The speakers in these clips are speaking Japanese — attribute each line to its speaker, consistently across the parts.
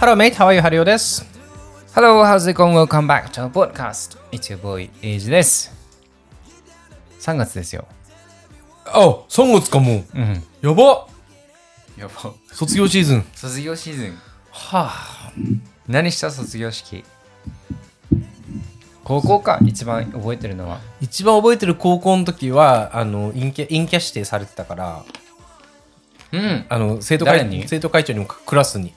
Speaker 1: Hello, mate. How are you? ハリオです。
Speaker 2: Hello, how's it going? Welcome back to the podcast. It's your boy, Age です。3月ですよ。
Speaker 1: あ、3月かも
Speaker 2: うん。
Speaker 1: う。やば
Speaker 2: やば。
Speaker 1: 卒業シーズン。
Speaker 2: 卒業シーズン。
Speaker 1: はあ。
Speaker 2: 何した卒業式高校か、一番覚えてるのは。
Speaker 1: 一番覚えてる高校の時は、あの、陰キャ、陰キャ指定されてたから、
Speaker 2: うん。
Speaker 1: あの、生徒
Speaker 2: 誰
Speaker 1: 会、
Speaker 2: に
Speaker 1: 生徒会長にもクラスに。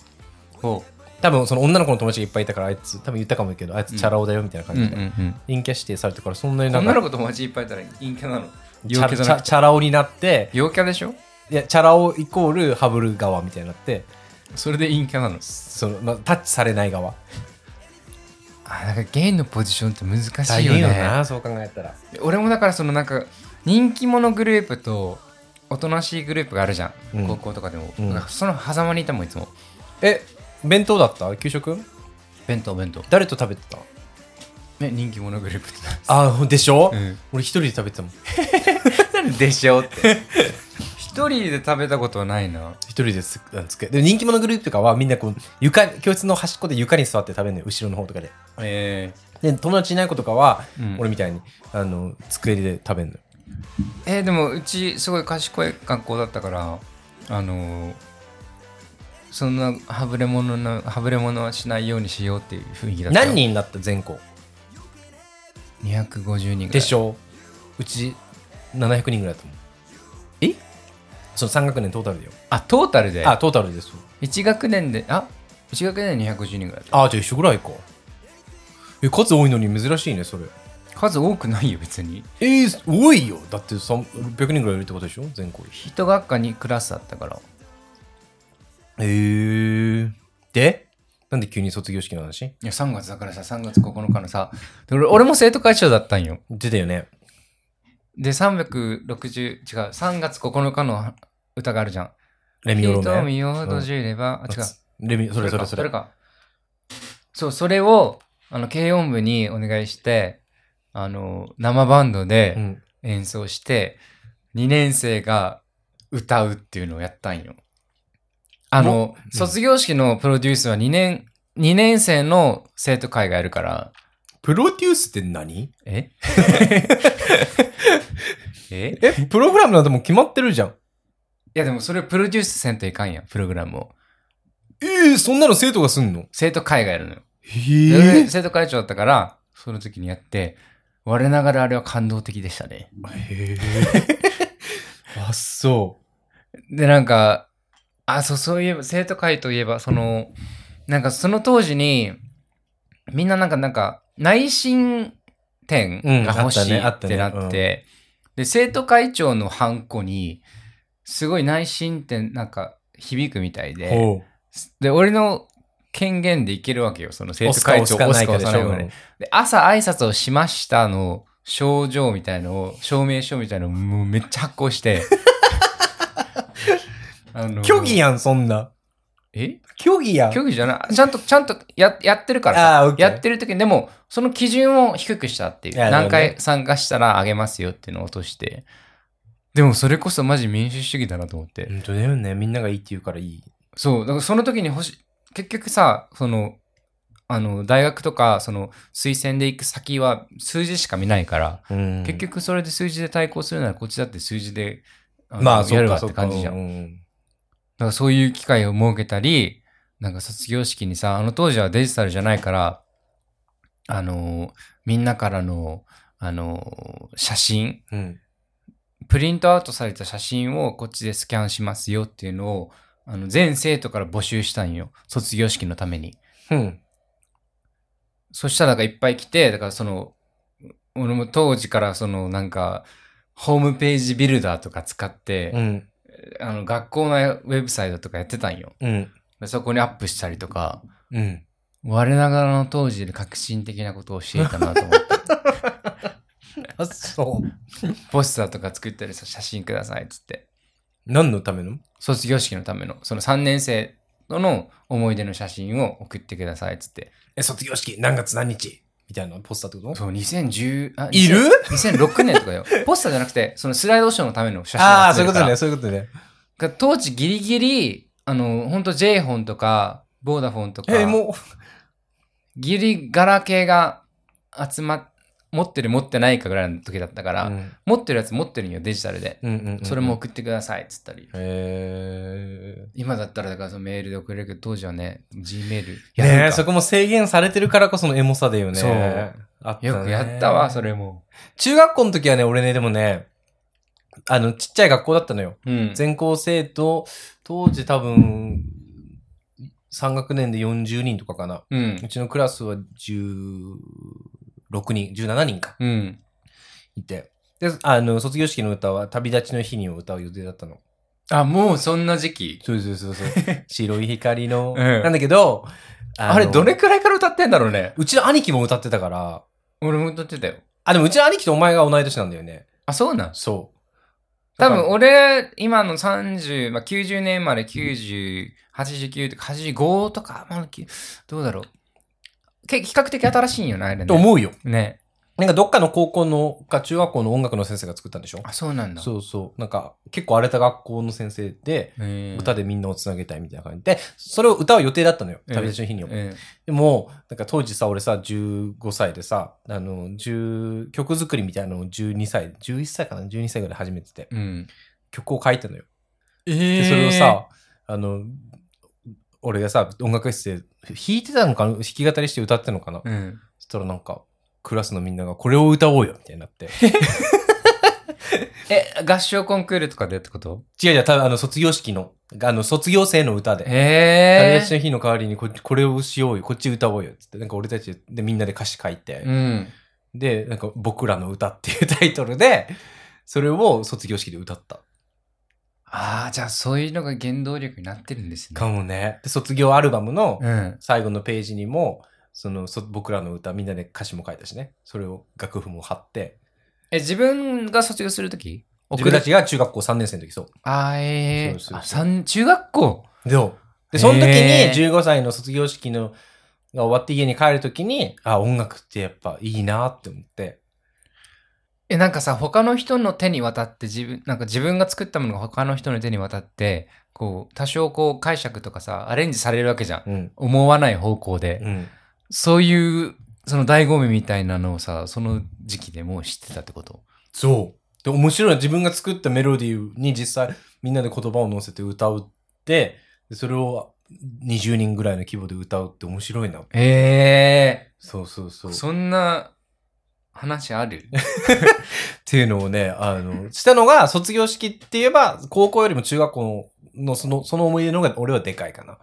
Speaker 2: ほ
Speaker 1: 多分その女の子の友達がいっぱいいたから、あいつ、多分言ったかもけど、あいつチャラ男だよみたいな
Speaker 2: う
Speaker 1: 感
Speaker 2: うんうん
Speaker 1: じで。
Speaker 2: うん。
Speaker 1: 陰キャ指定されてから、そんなになん
Speaker 2: 女
Speaker 1: か
Speaker 2: の、子友達いっぱいいたら陰キャなの。
Speaker 1: チ
Speaker 2: 陽
Speaker 1: ャ
Speaker 2: キャ
Speaker 1: チ
Speaker 2: じゃな
Speaker 1: ャ
Speaker 2: くて
Speaker 1: チャラ男になって、
Speaker 2: 陽キャでしょ
Speaker 1: いや、チャラ男イコールハブル側みたいになって、
Speaker 2: それで陰キャなの。
Speaker 1: その、まあ、タッチされない側。
Speaker 2: あ、なんかゲイのポジションって難し
Speaker 1: 大
Speaker 2: いよ
Speaker 1: 変
Speaker 2: ね。
Speaker 1: よな、そう考えたら。
Speaker 2: 俺もだからそのなんか人気者グループとおとなしいグループがあるじゃん、
Speaker 1: うん
Speaker 2: 高校とかでも、
Speaker 1: うん
Speaker 2: なんかその狭間にいたもんいつも
Speaker 1: え、弁当だった給食
Speaker 2: 弁当弁当
Speaker 1: 誰と食べてた
Speaker 2: ね人気者グループって
Speaker 1: あでしょ、
Speaker 2: うん
Speaker 1: 俺一人で食べてたもん
Speaker 2: 何でしょうって 一人で食べたことはないな
Speaker 1: 一人ですあの机で人気者グループとかはみんなこう床教室の端っこで床に座って食べるのよ後ろの方とかで
Speaker 2: え
Speaker 1: で友達いない子とかは、
Speaker 2: うん
Speaker 1: 俺みたいにあの机で食べるのよ
Speaker 2: ー、えーでもうちすごい賢い学校だったからあのーそんなはぶれ者なはぶれ者はしないようにしようっていう雰囲気だったよ
Speaker 1: 何人だった全校
Speaker 2: ?250 人ぐらい
Speaker 1: でし
Speaker 2: ょ
Speaker 1: ょうち700人ぐらいだったもん
Speaker 2: え
Speaker 1: その3学年トータルでよ
Speaker 2: あトータルで
Speaker 1: あトータルです
Speaker 2: 1学年であ一学年で250人ぐらいだった
Speaker 1: あじゃあ一緒ぐらいかえ数多いのに珍しいねそれ
Speaker 2: 数多くないよ別に
Speaker 1: えー、多いよだってさん600人ぐらいいるってことでしょ全校で
Speaker 2: 一学科にクラスだったから
Speaker 1: へえー、でなんで急に卒業式の話
Speaker 2: いや3月だからさ3月9日のさで俺俺も生徒会長だったんよ
Speaker 1: 出たよね
Speaker 2: で360違う3月9日の歌があるじゃん
Speaker 1: レ
Speaker 2: 「
Speaker 1: ミオロ
Speaker 2: 瞳
Speaker 1: メン
Speaker 2: を閉じれば」あ違う
Speaker 1: レミそれそれ
Speaker 2: か
Speaker 1: それ
Speaker 2: かそうそれをあの軽音部にお願いしてあの生バンド
Speaker 1: う
Speaker 2: で
Speaker 1: ん、
Speaker 2: 演奏して、2年生が歌うっていうのをやったんよあの、
Speaker 1: ん
Speaker 2: 卒業式のプロデュースは2年2年生の生徒会がやるから
Speaker 1: プロデュースって何
Speaker 2: え えい
Speaker 1: えプログラムなんてもう決まってるじゃん
Speaker 2: やでもそれをプロデュースせんといかんやんプログラムを
Speaker 1: えー、そんなの生徒がすんの
Speaker 2: 生徒会がやるのよ、で
Speaker 1: へ
Speaker 2: 俺生徒会長だったからその時にやって我ながらあれは感動的でしたね
Speaker 1: えあそ
Speaker 2: でなんかあそうそういえば生徒会といえばそのなんかその当時にみんななんかなんか内申点が欲しい
Speaker 1: うんあ
Speaker 2: っ
Speaker 1: ったね
Speaker 2: てな
Speaker 1: あ
Speaker 2: っ、
Speaker 1: ってたねうん、
Speaker 2: で生徒会長のハンコにすごい内申点なんか響くみたいうで
Speaker 1: ほ
Speaker 2: で俺の権限でいけるわけよその
Speaker 1: う
Speaker 2: 生徒会長
Speaker 1: 押すか
Speaker 2: 押す
Speaker 1: 押
Speaker 2: か
Speaker 1: さ
Speaker 2: 押さ
Speaker 1: ない
Speaker 2: ない
Speaker 1: か
Speaker 2: か
Speaker 1: でしょ
Speaker 2: で朝挨拶をしましたの症状みたいのを証明書みたいのをもうめっちゃ発行して あの
Speaker 1: 虚偽やんそんな
Speaker 2: え
Speaker 1: 虚偽やん
Speaker 2: 虚偽じゃないちゃんとちゃんとややってるからさ
Speaker 1: ああ、オッケー
Speaker 2: やってる時にでもその基準を低くしたっていう
Speaker 1: いや
Speaker 2: 何
Speaker 1: なるほど
Speaker 2: 回参加したらあげますよっていうのを落としてでもそれこそマジ民主主義だなと思って、
Speaker 1: 本当だよねみんながいいって言うからいい
Speaker 2: そうだからその時に欲し結局さそのあの大学とかその推薦で行く先は数字しか見ないから
Speaker 1: うん
Speaker 2: 結局それで数字で対抗するならこっちだって数字での
Speaker 1: まあそ
Speaker 2: や
Speaker 1: う
Speaker 2: るわ
Speaker 1: か
Speaker 2: って
Speaker 1: そうか
Speaker 2: 感じじゃん。だ
Speaker 1: うん
Speaker 2: からそういう機会を設けたりなんか卒業式にさあの当時はデジタルじゃないからあのーみんなからのあのー写真
Speaker 1: うん
Speaker 2: プリントアウトされた写真をこっちでスキャンしますよっていうのをあの全生徒から募集したんよ卒業式のために。
Speaker 1: うん
Speaker 2: そしたらなんかいっぱい来て、だからその、俺も当時からそのなんか、ホームページビルダーとか使って、
Speaker 1: うん
Speaker 2: あの学校のウェブサイトとかやってたんよ。
Speaker 1: うん
Speaker 2: でそこにアップしたりとか、
Speaker 1: うん
Speaker 2: 我ながらの当時で革新的なことをしていたなと思って、
Speaker 1: あそう
Speaker 2: ポスターとか作ったりさ、写真くださいっつって。
Speaker 1: 何のための
Speaker 2: 卒業式のための、その3年生との思い出の写真を送ってくださいっつって。
Speaker 1: え、卒業式何月何日みたいなポスターってこと
Speaker 2: そう、2010、あ
Speaker 1: いる
Speaker 2: ?2006 年と かよ。ポスターじゃなくて、そのスライドショーのための写真
Speaker 1: ああ、
Speaker 2: 集
Speaker 1: そうい
Speaker 2: め
Speaker 1: う
Speaker 2: てるか
Speaker 1: こと
Speaker 2: ら
Speaker 1: ね、そういうことね。
Speaker 2: が当時ギリギリあの本当 j ホンとかボーダフォンとか、
Speaker 1: えー、も
Speaker 2: ギリガラケーが集まっ、持ってる持ってないかぐらいの時だったか
Speaker 1: う、
Speaker 2: ら、
Speaker 1: うん
Speaker 2: 持ってるやつ持ってるんよ、デジタルで。
Speaker 1: うんうんうん
Speaker 2: それも。送ってくださいっつったり。
Speaker 1: え
Speaker 2: 今だったらだからそのメールで送れるけど、当時はね、G メール。
Speaker 1: ー、ねえそこも制限されてるからこそのエモさだよね。
Speaker 2: そう
Speaker 1: あったね
Speaker 2: よくやったわ、それも。
Speaker 1: 中学校の時はね、俺ね、でもね、あの、ちっちゃい学校だったのよ。
Speaker 2: うん。
Speaker 1: 全校生徒、当時多分、3学年で40人とかかな。
Speaker 2: うん
Speaker 1: う。ちのクラスは16人、17人か、
Speaker 2: うん。
Speaker 1: いて。で、あの、卒業式の歌は、旅立ちの日にを歌う予定だったの。
Speaker 2: あ、もうそんな時期
Speaker 1: そうそうそうそう。 白い光の、
Speaker 2: うん
Speaker 1: なんだけど、の
Speaker 2: あれ、どれくらいから歌ってんだろうね。
Speaker 1: うちの兄貴も歌ってたから、
Speaker 2: 俺も歌ってたよ。
Speaker 1: あ、でもうちの兄貴とお前が同い年なんだよね。
Speaker 2: あ、そうなん
Speaker 1: そう。
Speaker 2: 多
Speaker 1: だ
Speaker 2: 分
Speaker 1: から、
Speaker 2: 俺、今の30、まあ、90年生まれ90、89とか85とか、まあ、きどうだろう。け比較的新しいんよな、あれね。
Speaker 1: と思うよ。
Speaker 2: ね。
Speaker 1: なんかどっかの高校のか中学校の音楽の先生が作ったんでしょ
Speaker 2: あ、そうなんだ。
Speaker 1: そうそう。なんか結構荒れた学校の先生で、
Speaker 2: へえ
Speaker 1: 歌でみんなをつなげたいみたいな感じで、それを歌う予定だったのよ。
Speaker 2: うん
Speaker 1: 旅立ちの日によ。
Speaker 2: うん
Speaker 1: でも、なんか当時さ、俺さ、15歳でさ、あの、10曲作りみたいなのを12歳、11歳かな ?12 歳ぐらいで始めてて、
Speaker 2: うん。
Speaker 1: 曲を書いたのよ。
Speaker 2: え
Speaker 1: で、それをさ、あの、俺がさ、音楽室で弾いてたのかな弾き語りして歌ってたのかな、
Speaker 2: うん。
Speaker 1: そしたらなんか、クラスのみんながこれを歌おうよみたいになって。
Speaker 2: え、合唱コンクールとかでってこと
Speaker 1: 違う違う、多分あの、卒業式の、あの、卒業生の歌で。旅
Speaker 2: へ
Speaker 1: 立ち
Speaker 2: え。
Speaker 1: の日の代わりにここれをしようよ、こっち歌おうよっつって、なんか俺たちでみんなで歌詞書いて、
Speaker 2: うん。
Speaker 1: で、なんか僕らの歌っていうタイトルで、それを卒業式で歌った。
Speaker 2: ああ、じゃあそういうのが原動力になってるんですね。
Speaker 1: かもね。で、卒業アルバムの
Speaker 2: うん。
Speaker 1: 最後のページにも、そのそ僕らの歌みんなで歌詞も書いたしねそれを楽譜も貼って
Speaker 2: え、自分が卒業するとき
Speaker 1: 僕たちが中学校3年生の時そ
Speaker 2: あーええ
Speaker 1: そうそうそう
Speaker 2: あさん中学校
Speaker 1: うでそうでその時に
Speaker 2: へー
Speaker 1: 15歳の卒業式のが終わって家に帰る時にあ音楽ってやっぱいいなって思って
Speaker 2: え、なんかさ、他の人の手に渡って、自分、なんか自分が作ったものが他の人の手に渡って、こう、多少こう解釈とかさ、アレンジされるわけじゃん。
Speaker 1: うん
Speaker 2: 思わない方向で。
Speaker 1: うん
Speaker 2: そういう、その醍醐味みたいなのをさ、その時期でもう知ってたってこと
Speaker 1: そうで面白いのは自分が作ったメロディーに実際みんなで言葉を乗せて歌うってでそれを20人ぐらいの規模で歌うって面白いな
Speaker 2: ええ
Speaker 1: そうそうそう
Speaker 2: そんな話あ る
Speaker 1: っていうのをね、あの、したのが、卒業式って言えば、高校よりも中学校のその、その思い出の方が俺はでかいかな。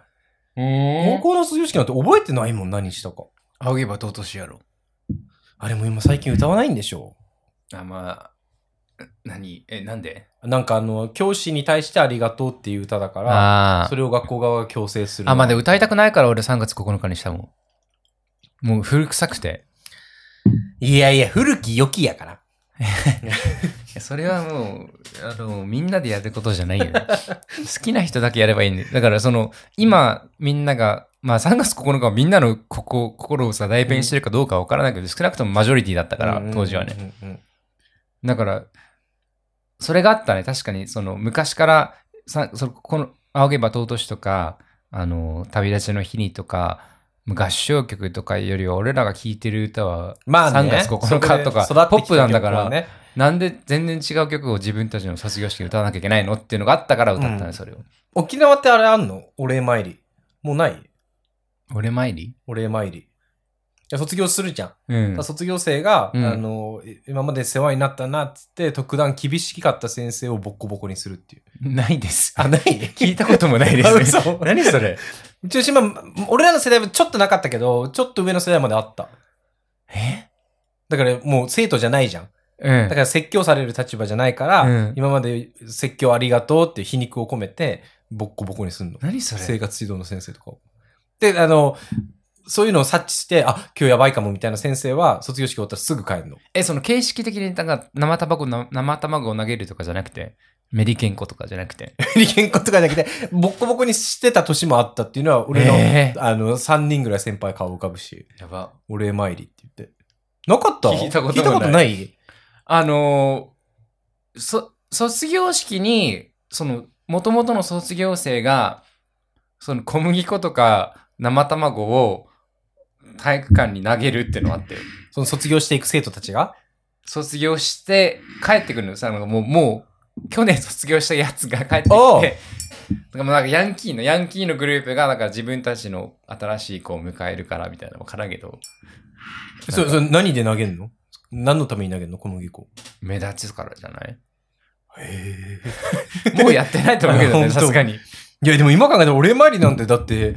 Speaker 2: え
Speaker 1: 高校の卒業式なんて覚えてないもん、何したか。
Speaker 2: 仰げば尊しやろ。
Speaker 1: あれも今最近歌わないんでしょ
Speaker 2: あ、まあ、何え、なんで
Speaker 1: なんかあの、教師に対してありがとうっていう歌だから、
Speaker 2: あ
Speaker 1: それを学校側が強制する。
Speaker 2: あ、まあで歌いたくないから俺3月9日にしたもん。もう古臭くて。
Speaker 1: いやいや、古き良きやから。
Speaker 2: いやそれはもう、あの、みんなでやることじゃないよ。 好きな人だけやればいいんで。だからその、今、みんなが、まあ3月9日はみんなのここ、心をさ、代弁してるかどうかわからないけど、少なくともマジョリティだったから、当時はね。
Speaker 1: ね。うん
Speaker 2: だから、それがあったね。確かに、その、昔から、さそのこの、仰げば尊しとか、あの、旅立ちの日にとか、合唱曲とかよりは、俺らが聴いてる歌は、
Speaker 1: まあ
Speaker 2: 3
Speaker 1: ね、
Speaker 2: 月9日とか
Speaker 1: そこで育
Speaker 2: ポ
Speaker 1: って
Speaker 2: ッ
Speaker 1: きた
Speaker 2: プなんだか
Speaker 1: 曲は
Speaker 2: ら、
Speaker 1: ね、
Speaker 2: なんで全然違う曲を自分たちの卒業式で歌わなきゃいけないのっていうのがあったから歌った
Speaker 1: う
Speaker 2: ね、
Speaker 1: ん
Speaker 2: それを。
Speaker 1: 沖縄ってあれあんのお礼参り。もうない
Speaker 2: 俺参り
Speaker 1: お礼参り。いや卒業するじゃん。
Speaker 2: うん。
Speaker 1: 卒業生が、
Speaker 2: うん
Speaker 1: あのい今まで世話になったなっつって特段厳しかった先生をボッコボコにするっていう。
Speaker 2: ないです。
Speaker 1: あ、ない
Speaker 2: 聞いたこともないです。
Speaker 1: 嘘
Speaker 2: 何それ
Speaker 1: 中心ま俺らの世代はちょっとなかったけど、ちょっと上の世代まであった。
Speaker 2: え
Speaker 1: だからもう生徒じゃないじゃん。
Speaker 2: うん
Speaker 1: だか。ら説教される立場じゃないから、
Speaker 2: うん
Speaker 1: 今まで説教ありがとうっていう皮肉を込めて、ボッコボコにすんの。
Speaker 2: 何そ
Speaker 1: 生
Speaker 2: れ
Speaker 1: 活指導の先生とかを。で、あの、そういうのを察知して、あ、今日やばいかもみたいな先生は、卒業式終わったらすぐ帰るの。
Speaker 2: え、その形式的になんか生卵な、生卵を投げるとかじゃなくて、メリケンコとかじゃなく て。
Speaker 1: 利権子とかじゃなくて、ボッコボコにしてた年もあったっていうのは、俺の、
Speaker 2: え
Speaker 1: あの、3人ぐらい先輩顔浮かぶし、
Speaker 2: やば。
Speaker 1: お礼参りって言って。なかった
Speaker 2: 聞いたことない
Speaker 1: ない
Speaker 2: あのーそ、卒業式に、その、もともとの卒業生が、その小麦粉とか、生卵を体育館に投げるってのがあって、
Speaker 1: その卒業していく生徒たちが
Speaker 2: 卒業して帰ってくるのさ、なんかもう、もう、去年卒業したやつが 帰ってき
Speaker 1: おう
Speaker 2: て、だからもうなんかヤンキーの、ヤンキーのグループが、なんか自分たちの新しい子を迎えるからみたいなのわからんけど、
Speaker 1: それ、それ何で投げんの何のために投げんの小麦粉。
Speaker 2: 目立つからじゃない
Speaker 1: へ
Speaker 2: もうやってないと思うけど
Speaker 1: 本
Speaker 2: ね、
Speaker 1: 当
Speaker 2: さすがに。
Speaker 1: いや、でも今考えたら俺参りなんて、だって、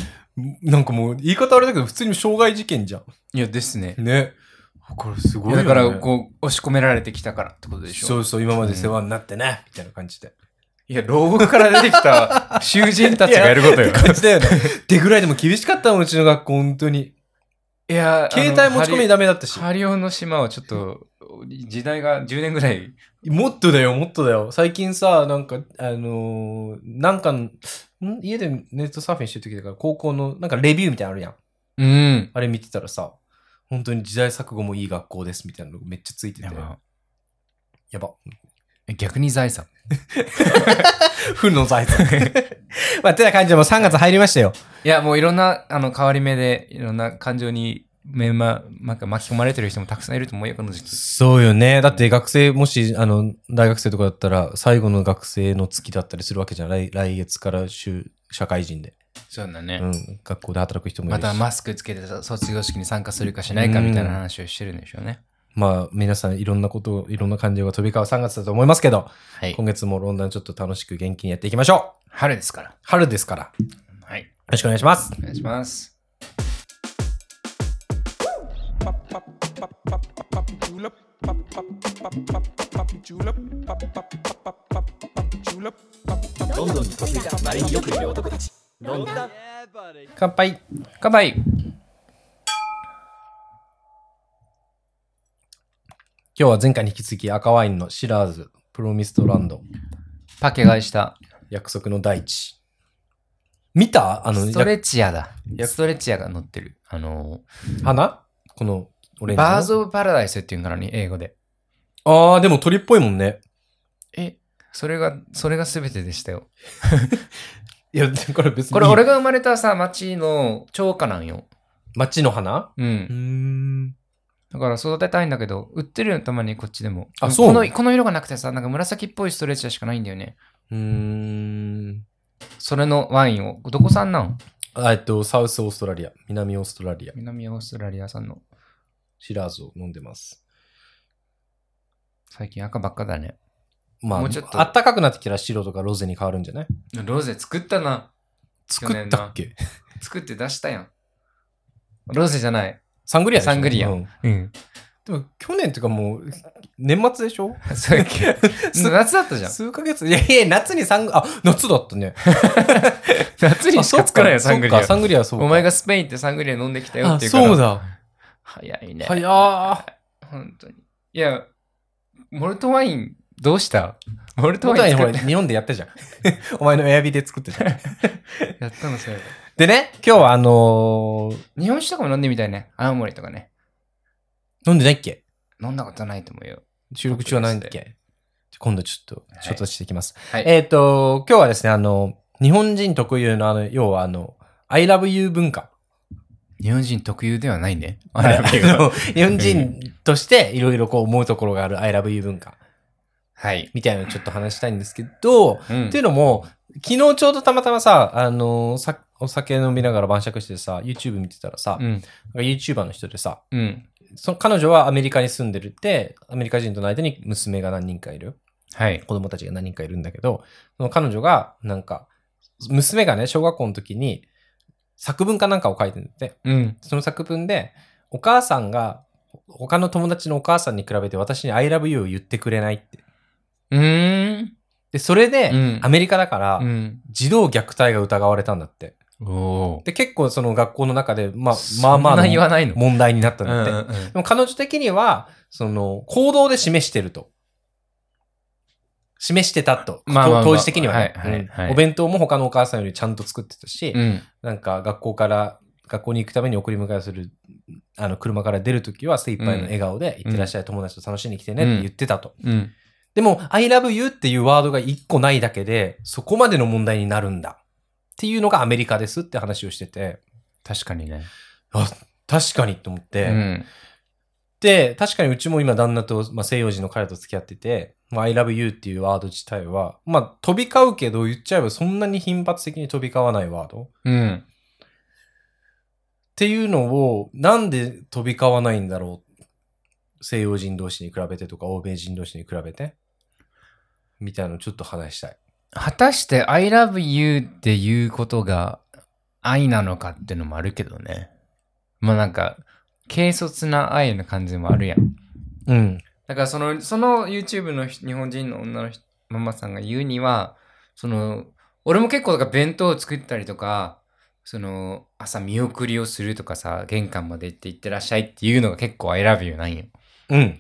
Speaker 1: なんかもう言い方あれだけど、普通に傷害事件じゃ
Speaker 2: いや、ですね
Speaker 1: ん。。ね。これすごいよ、ね。
Speaker 2: だから、こう、押し込められてきたからってことでしょ。
Speaker 1: そうそう、今まで世話になってね、みたいな感じで。
Speaker 2: いや、牢獄から出てきた囚人たちがやることよ。
Speaker 1: 感じだ よね。でぐらいでも厳しかったもん、うちの学校、本当に。
Speaker 2: いや
Speaker 1: 携帯持ち込み
Speaker 2: だ。
Speaker 1: ダメだったし。
Speaker 2: ハリオの島はちょっと、時代が10年ぐらい。
Speaker 1: もっとだよ、もっとだよ。最近さ、なんか、あのーなんか、ん家でネットサーフィンしてる時だから、高校の、なんかレビューみたいなのあるやん。
Speaker 2: うん。
Speaker 1: あれ見てたらさ、本当に時代錯誤もいい学校ですみたいなのめっちゃついてて。やば。
Speaker 2: 逆に財産。
Speaker 1: 負の財 産。まあ、てな感じでもう3月入りましたよ。
Speaker 2: いや、もういろんな、あの、変わり目で、いろんな感情に、メンマ、なんか巻き込まれてる人もたくさんいると思うよ、この時期。
Speaker 1: そうよね。だって学生、もし、あの、大学生とかだったら、最後の学生の月だったりするわけじゃない。来月から就社会人で、
Speaker 2: そうだね。
Speaker 1: うん、学校で働く人もい
Speaker 2: ま
Speaker 1: るし。
Speaker 2: たマスクつけて卒業式に参加するかしないかみたいな話をしてるんでしょうね。
Speaker 1: まあ、皆さんいろんなこと、いろんな感情が飛び交う3月だと思いますけど、
Speaker 2: はい
Speaker 1: 今。月もロンダンちょっと楽しく元気にやっていきましょう
Speaker 2: 春ですから。
Speaker 1: 春ですから、よ
Speaker 2: はい。
Speaker 1: ろしくお願いします。
Speaker 2: お願いします。
Speaker 3: ロンドンに嫁いだマリンよくいる男たちロンドン
Speaker 2: 乾杯。乾杯。
Speaker 1: 今日は前回に引き続き赤ワインのシラーズ、プロミストランド、
Speaker 2: パケ買いした。
Speaker 1: 約束の大地。見たあの、
Speaker 2: ストレ
Speaker 1: や
Speaker 2: ッチアだ。
Speaker 1: や
Speaker 2: ストレッチアが載ってる。あの
Speaker 1: 花このオ
Speaker 2: ー、
Speaker 1: レンジの。
Speaker 2: バーズ・オブ・パラダイスっていうんからね、英語で。
Speaker 1: ああ、でも鳥っぽいもんね。
Speaker 2: え、それが、それが全てでしたよ。
Speaker 1: いや、これ別に。
Speaker 2: これ、俺が生まれたさ、町の超過なんよ。
Speaker 1: 町の花
Speaker 2: うん。
Speaker 1: ん。
Speaker 2: だから育てたいんだけど、売ってるよ、たまにこっちでも。
Speaker 1: あそう
Speaker 2: このこの色がなくてさ、なんか紫っぽいストレッチアしかないんだよね。
Speaker 1: うーん。
Speaker 2: それのワインを。どこ産なん
Speaker 1: あえっと、サウスオーストラリア、南オーストラリア、
Speaker 2: 南オーストラリア産の。
Speaker 1: シラーズを飲んでます。
Speaker 2: 最近赤ばっかだね。
Speaker 1: まあ、
Speaker 2: もうちょっと
Speaker 1: あったかくなってきたら白とかロゼに変わるんじゃない
Speaker 2: ロゼ作ったな。
Speaker 1: 作ったっけ
Speaker 2: 作って出したやん。ロゼじゃない。
Speaker 1: サングリアでしょ
Speaker 2: サングリア
Speaker 1: うん
Speaker 2: うん。
Speaker 1: でも去年っていうかもう、年末でしょ
Speaker 2: そうやっけ夏だったじゃん。
Speaker 1: 数ヶ月いやいや、夏にサングあ、夏だったね。
Speaker 2: 夏にしか作らないよ、サングリ
Speaker 1: そっか
Speaker 2: ア
Speaker 1: サ。ングリアはそうか。
Speaker 2: お前がスペイン行ってサングリア飲んできたよっていうから。
Speaker 1: あそうだ。
Speaker 2: 早いね。
Speaker 1: はやー。
Speaker 2: 本当に。いや、モルトワイン、どうしたモルト
Speaker 1: 東
Speaker 2: ワイ
Speaker 1: 大
Speaker 2: ン
Speaker 1: ほ
Speaker 2: 作っ
Speaker 1: ら、日本でやったじゃん。 お前のエアビーで作ってた。
Speaker 2: やったの、それ。
Speaker 1: でね、今日はあのー
Speaker 2: 日本酒とかも飲んでみたいね。青森とかね。
Speaker 1: 飲んでないっけ
Speaker 2: 飲んだことないと思うよ。
Speaker 1: 収録中はないんだっけ今度ちょっと、
Speaker 2: い
Speaker 1: ちょっとしてきます。
Speaker 2: はい
Speaker 1: えっ、と、今日はですね、あの、日本人特有の、あの、要はあの、I love you 文化。
Speaker 2: 日本人特有ではないね。
Speaker 1: はいあ
Speaker 2: あれ は
Speaker 1: の日本人としていろいろこう思うところがある I love you 文化
Speaker 2: はい。
Speaker 1: みたいなのをちょっと話したいんですけど、
Speaker 2: うん
Speaker 1: っていうのも、昨日ちょうどたまたまさ、あの、さお酒飲みながら晩酌してさ、YouTube 見てたらさ、
Speaker 2: うん。
Speaker 1: なん、YouTuber の人でさ、
Speaker 2: うん。
Speaker 1: その彼女はアメリカに住んでるって、アメリカ人との間に娘が何人かいる。
Speaker 2: はい。
Speaker 1: 子供たちが何人かいるんだけど、その彼女が、なんか、娘がね、小学校の時に作文かなんかを書いてるんだって。
Speaker 2: うん。
Speaker 1: その作文で、お母さんが、他の友達のお母さんに比べて私に I love you を言ってくれないって。
Speaker 2: うーん。
Speaker 1: で、それで、
Speaker 2: うん
Speaker 1: アメリカだから
Speaker 2: う、ん。
Speaker 1: 児童虐待が疑われたんだって。
Speaker 2: おお。
Speaker 1: で、結構その学校の中で、まあ、まあまあ
Speaker 2: そんな言わ
Speaker 1: の
Speaker 2: ないの。
Speaker 1: 問題になったんだって。
Speaker 2: うんうんうん
Speaker 1: でも彼女的には、その、行動で示してると。示してたと。
Speaker 2: まあまあまあ
Speaker 1: 当時的にはね、
Speaker 2: はいはいはい
Speaker 1: うんお弁当も他のお母さんよりちゃんと作ってたし、
Speaker 2: うん。
Speaker 1: なんか学校から、学校に行くために送り迎えする、あの、車から出るときは精一杯の笑顔で、行ってらっしゃい友達と楽しんできてねって言ってたと。
Speaker 2: うん。
Speaker 1: でも、I love you っていうワードが一個ないだけで、そこまでの問題になるんだ。っていうのがアメリカですって話をしてて。
Speaker 2: 確かにね。
Speaker 1: あ、確かにと思って、
Speaker 2: うん。
Speaker 1: で、確かにうちも今旦那と、まあ、西洋人の彼と付き合ってて、まあ、I love you っていうワード自体は、まあ、飛び交うけど言っちゃえばそんなに頻発的に飛び交わないワードっ
Speaker 2: うん。
Speaker 1: ていうのを、なんで飛び交わないんだろう。西洋人同士に比べてとか、欧米人同士に比べて。みたいなのちょっと話したい。
Speaker 2: 果たして I love you っていうことが愛なのかってのもあるけどね。まあなんか、軽率な愛の感じもあるやん。
Speaker 1: うん。
Speaker 2: だからその、その YouTube の日本人の女の人ママさんが言うには、その、俺も結構だから弁当を作ったりとか、その、朝見送りをするとかさ、玄関まで行って行ってらっしゃいっていうのが結構 I love you なんよ。
Speaker 1: うん。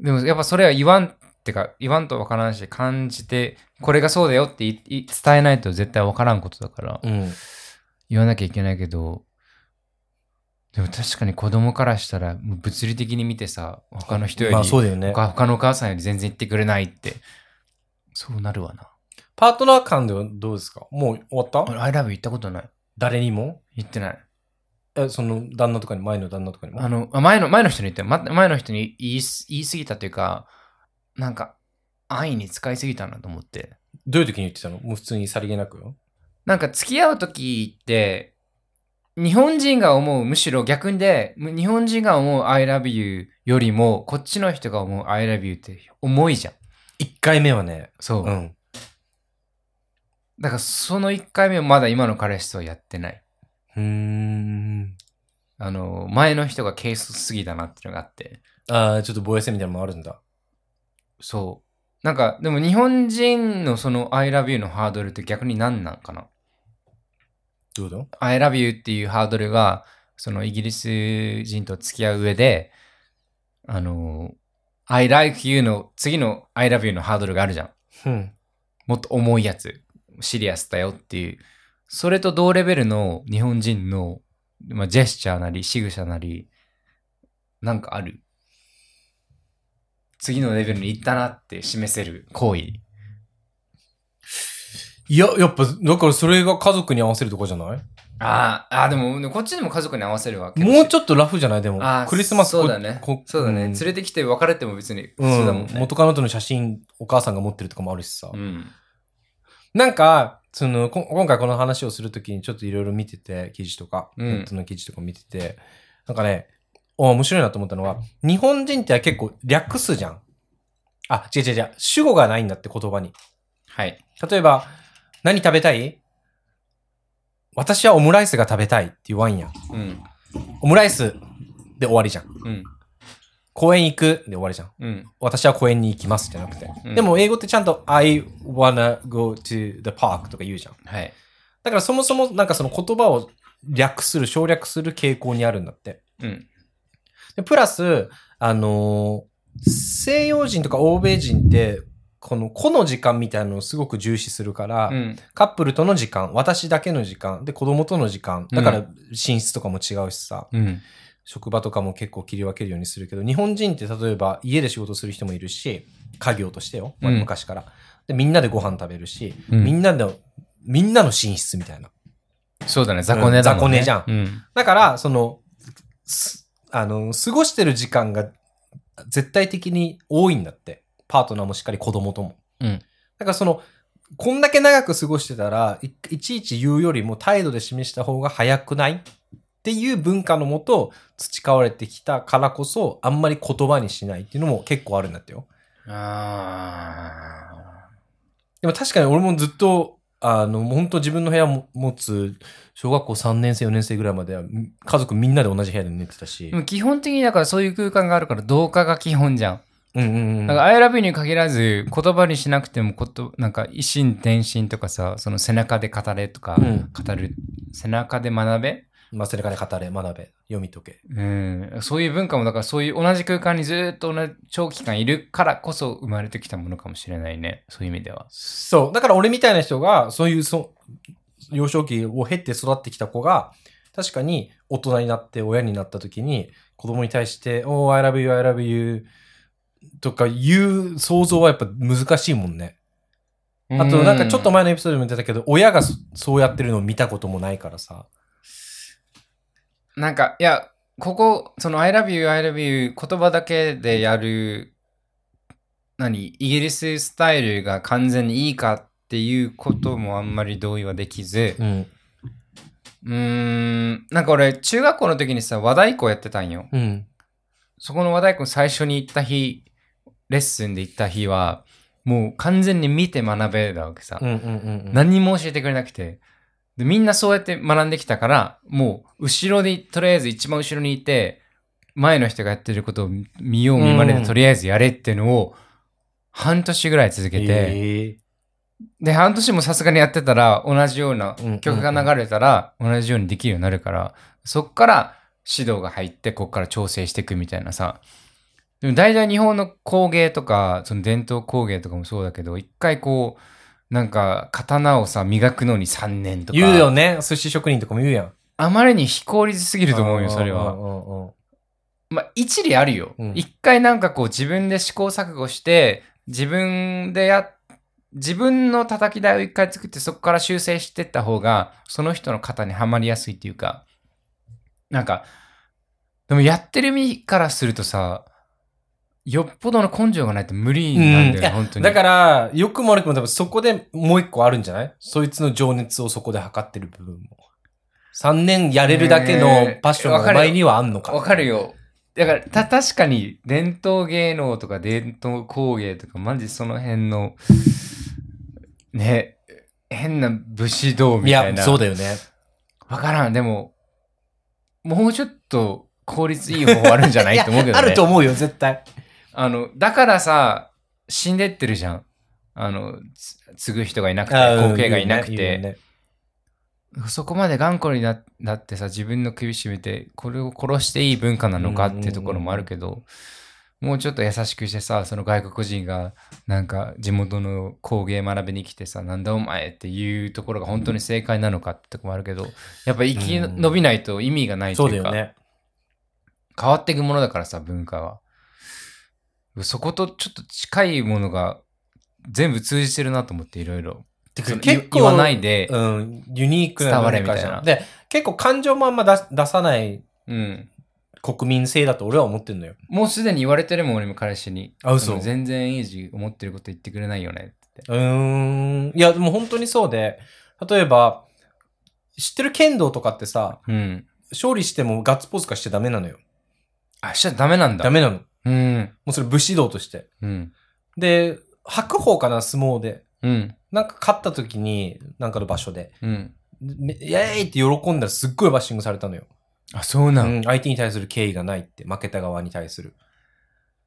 Speaker 2: でもやっぱそれは言わんってか、言わんとわからんし、感じて、これがそうだよっていい伝えないと絶対わからんことだから、
Speaker 1: うん。
Speaker 2: 言わなきゃいけないけど、でも確かに子供からしたら、もう物理的に見てさ、他の人より、
Speaker 1: まあ、そうだよね。
Speaker 2: 他他のお母さんより全然言ってくれないって。そうなるわな。
Speaker 1: パートナー間ではどうですかもう終わった
Speaker 2: 俺、I love you 言ったことない。
Speaker 1: 誰にも
Speaker 2: 言ってない。
Speaker 1: え、その、旦那とかに、前の旦那とかにも
Speaker 2: あの、あ前の、前の人に言って、ま、前の人に言いす言い過ぎたというか、なんか、愛に使いすぎたなと思って。
Speaker 1: どういう時に言ってたのもう普通にさりげなくよ。
Speaker 2: なんか、付き合う時って、日本人が思う、むしろ逆にで、む日本人が思う I love you よりも、こっちの人が思う I love you って重いじゃん。
Speaker 1: 1回目はね、
Speaker 2: そう。
Speaker 1: うん。
Speaker 2: だから、その1回目をまだ今の彼氏とはやってない。
Speaker 1: うーん。
Speaker 2: あの、前の人が軽率すぎだなっていうのがあって。
Speaker 1: ああ、ちょっと防衛戦みたいなのもあるんだ。
Speaker 2: そう。なんか、でも日本人のその I love you のハードルって逆に何なんかな
Speaker 1: どうだ
Speaker 2: ?I love you っていうハードルが、そのイギリス人と付き合う上で、あの、I like you の次の I love you のハードルがあるじゃん。
Speaker 1: うん。
Speaker 2: もっと重いやつ。シリアスだよっていう。それと同レベルの日本人の、まあ、ジェスチャーなり仕草なり、なんかある。次のレベルに行ったなって示せる行為。
Speaker 1: いや、やっぱ、だからそれが家族に合わせるとこじゃない
Speaker 2: ああ、ああ、でも、こっちでも家族に合わせるわけだし
Speaker 1: もうちょっとラフじゃないでも
Speaker 2: ああ、
Speaker 1: クリスマス
Speaker 2: そうだね
Speaker 1: こ。
Speaker 2: そうだね。
Speaker 1: ん
Speaker 2: 連れてきて別れても別に普
Speaker 1: う
Speaker 2: 通だもん
Speaker 1: ん、
Speaker 2: ね。
Speaker 1: 元カノとの写真、お母さんが持ってるとかもあるしさ。
Speaker 2: うん。
Speaker 1: なんか、その、こ今回この話をするときにちょっといろいろ見てて、記事とか、
Speaker 2: うん
Speaker 1: ネットの記事とか見てて、なんかね、お面白いなと思ったのは、日本人って結構略すじゃん。あ、違う違う違う。主語がないんだって言葉に。
Speaker 2: はい。
Speaker 1: 例えば、何食べたい私はオムライスが食べたいって言わんやん。
Speaker 2: うん。
Speaker 1: オムライスで終わりじゃん。
Speaker 2: うん。
Speaker 1: 公園行くで終わりじゃん。
Speaker 2: うん。
Speaker 1: 私は公園に行きますじゃなくて。
Speaker 2: うん
Speaker 1: でも英語ってちゃんと I wanna go to the park とか言うじゃん。
Speaker 2: はい。
Speaker 1: だからそもそもなんかその言葉を略する、省略する傾向にあるんだって。
Speaker 2: うん。
Speaker 1: で、プラス、あのー西洋人とか欧米人って、この個の時間みたいなのをすごく重視するから、
Speaker 2: うん。
Speaker 1: カップルとの時間、私だけの時間、で、子供との時間、だから寝室とかも違うしさ、
Speaker 2: うん。
Speaker 1: 職場とかも結構切り分けるようにするけど、日本人って例えば家で仕事する人もいるし、家業としてよ、まあ
Speaker 2: うん
Speaker 1: 昔から。で、みんなでご飯食べるし、
Speaker 2: うん
Speaker 1: みんなの、みんなの寝室みたいな。
Speaker 2: そうだね。雑魚寝だもん
Speaker 1: うん雑魚寝
Speaker 2: ね。
Speaker 1: じゃん
Speaker 2: うん。
Speaker 1: だから、その、すあの、過ごしてる時間が絶対的に多いんだって。パートナーもしっかり子供とも。
Speaker 2: うん
Speaker 1: だからその、こんだけ長く過ごしてたら、いいちいち言うよりも態度で示した方が早くないっていう文化のもと培われてきたからこそ、あんまり言葉にしないっていうのも結構あるんだってよ。
Speaker 2: あ
Speaker 1: でも確かに俺もずっと、あの、本当自分の部屋も持つ、小学校3年生、4年生ぐらいまでは、み家族みんなで同じ部屋で寝てたし
Speaker 2: で。も基本的にだからそういう空間があるから同化が基本じゃん。
Speaker 1: うんうんうん
Speaker 2: だから「I love you」に限らず言葉にしなくてもことなんか一心伝心とかさその背中で語れとか、
Speaker 1: うん
Speaker 2: 語る背中で学べ、
Speaker 1: まあ、それから語れ、学べ、読み解け。
Speaker 2: うん、そういう文化もだからそういう同じ空間にずっと同じ長期間いるからこそ生まれてきたものかもしれないねそういう意味では。
Speaker 1: そう。だから俺みたいな人が、そういうそ幼少期を経て育ってきた子が、確かに大人になって親になった時に、子供に対して、おー、I love you, I love you とか言う想像はやっぱ難しいもんね。あと、なんかちょっと前のエピソードでも出たけど、親がそそうやってるのを見たこともないからさ。
Speaker 2: なんか、いや、ここ、その I love you, I love you 言葉だけでやる、何、イギリススタイルが完全にいいかっていうこともあんまり同意はできず、
Speaker 1: うん。
Speaker 2: うーん、なんか俺、中学校の時にさ、和太鼓やってたんよ。
Speaker 1: うん。
Speaker 2: そこの和太鼓最初に行った日、レッスンで行った日は、もう完全に見て学べたわけさ。
Speaker 1: うん。うん。うん。
Speaker 2: 何にも教えてくれなくて。で、みんなそうやって学んできたから、もう、後ろで、とりあえず一番後ろにいて、前の人がやってることを見よう見まね
Speaker 1: うん
Speaker 2: で、とりあえずやれっていうのを、半年ぐらい続けて、
Speaker 1: え
Speaker 2: で、半年もさすがにやってたら、同じような
Speaker 1: うん
Speaker 2: 曲が流れたら、同じようにできるようになるから、そっから指導が入って、こっから調整していくみたいなさ。でも大体日本の工芸とか、その伝統工芸とかもそうだけど、一回こう、なんか刀をさ、磨くのに3年とか。
Speaker 1: 言うよね。寿司職人とかも言うやん。
Speaker 2: あまりに非効率すぎると思うよ、それは。
Speaker 1: は。
Speaker 2: まあ、一理あるよ
Speaker 1: うん。
Speaker 2: 一、回なんかこう自分で試行錯誤して、自分でや、自分の叩き台を一回作ってそこから修正してった方が、その人の型にはまりやすいっていうか、なんか、でもやってる身からするとさ、よっぽどの根性がないと無理なんだよ、本当に。
Speaker 1: だから、よくも悪くも多分そこでもう一個あるんじゃないそいつの情熱をそこで測ってる部分も。3年やれるだけのパッションがお前にはあんのか。
Speaker 2: わかる。よ。だから、た、確かに、伝統芸能とか伝統工芸とか、マジその辺の、ね、変な武士道
Speaker 1: い
Speaker 2: みたい
Speaker 1: や、
Speaker 2: な。
Speaker 1: そうだよね。
Speaker 2: わからん。でも、もうちょっと効率いい方法あるんじ ゃないい
Speaker 1: や
Speaker 2: と思うけどね。
Speaker 1: あると思うよ、絶対。
Speaker 2: あの、だからさ、死んでってるじゃん。あの、つ継ぐ人がいなくて、後継がいなくて。
Speaker 1: 言うね
Speaker 2: そこまで頑固にななってさ、自分の首絞めて、これを殺していい文化なのかっていうところもあるけど、もうちょっと優しくしてさ、その外国人が、なんか地元の工芸学びに来てさ、なんだお前っていうところが本当に正解なのかってとこもあるけど、やっぱ生き
Speaker 1: うん
Speaker 2: 延びないと意味がない
Speaker 1: 言うねそ
Speaker 2: と
Speaker 1: うだ
Speaker 2: いう
Speaker 1: よ
Speaker 2: か、
Speaker 1: ね。
Speaker 2: 変わっていくものだからさ、文化は。そことちょっと近いものが全部通じてるなと思って、いろいろ。
Speaker 1: てか
Speaker 2: その
Speaker 1: 結構
Speaker 2: 言わないで、
Speaker 1: うん、ユニークな
Speaker 2: 伝われ
Speaker 1: 文化じゃん
Speaker 2: みたいな
Speaker 1: で、結構感情もあんま出出さない
Speaker 2: うん
Speaker 1: 国民性だと俺は思ってんのよ。
Speaker 2: もうすでに言われてるもん、俺も彼氏に。
Speaker 1: あ嘘
Speaker 2: の全然いいし、思ってること言ってくれないよねって。
Speaker 1: うーん。いや、でも本当にそうで、例えば、知ってる剣道とかってさ、
Speaker 2: うん。
Speaker 1: 勝利してもガッツポーズ化しちゃダメなのよ。
Speaker 2: あ、しちゃダメなんだ。
Speaker 1: ダメなの。も
Speaker 2: うん。
Speaker 1: うそれ武士道として。
Speaker 2: うん。
Speaker 1: で、白鵬かな、相撲で。
Speaker 2: うん。
Speaker 1: なんか勝った時に、なんかの場所で、
Speaker 2: うん。
Speaker 1: めイエーイって喜んだらすっごいバッシングされたのよ。
Speaker 2: あ、そうな。
Speaker 1: うんん、相手に対する敬意がないって、負けた側に対する。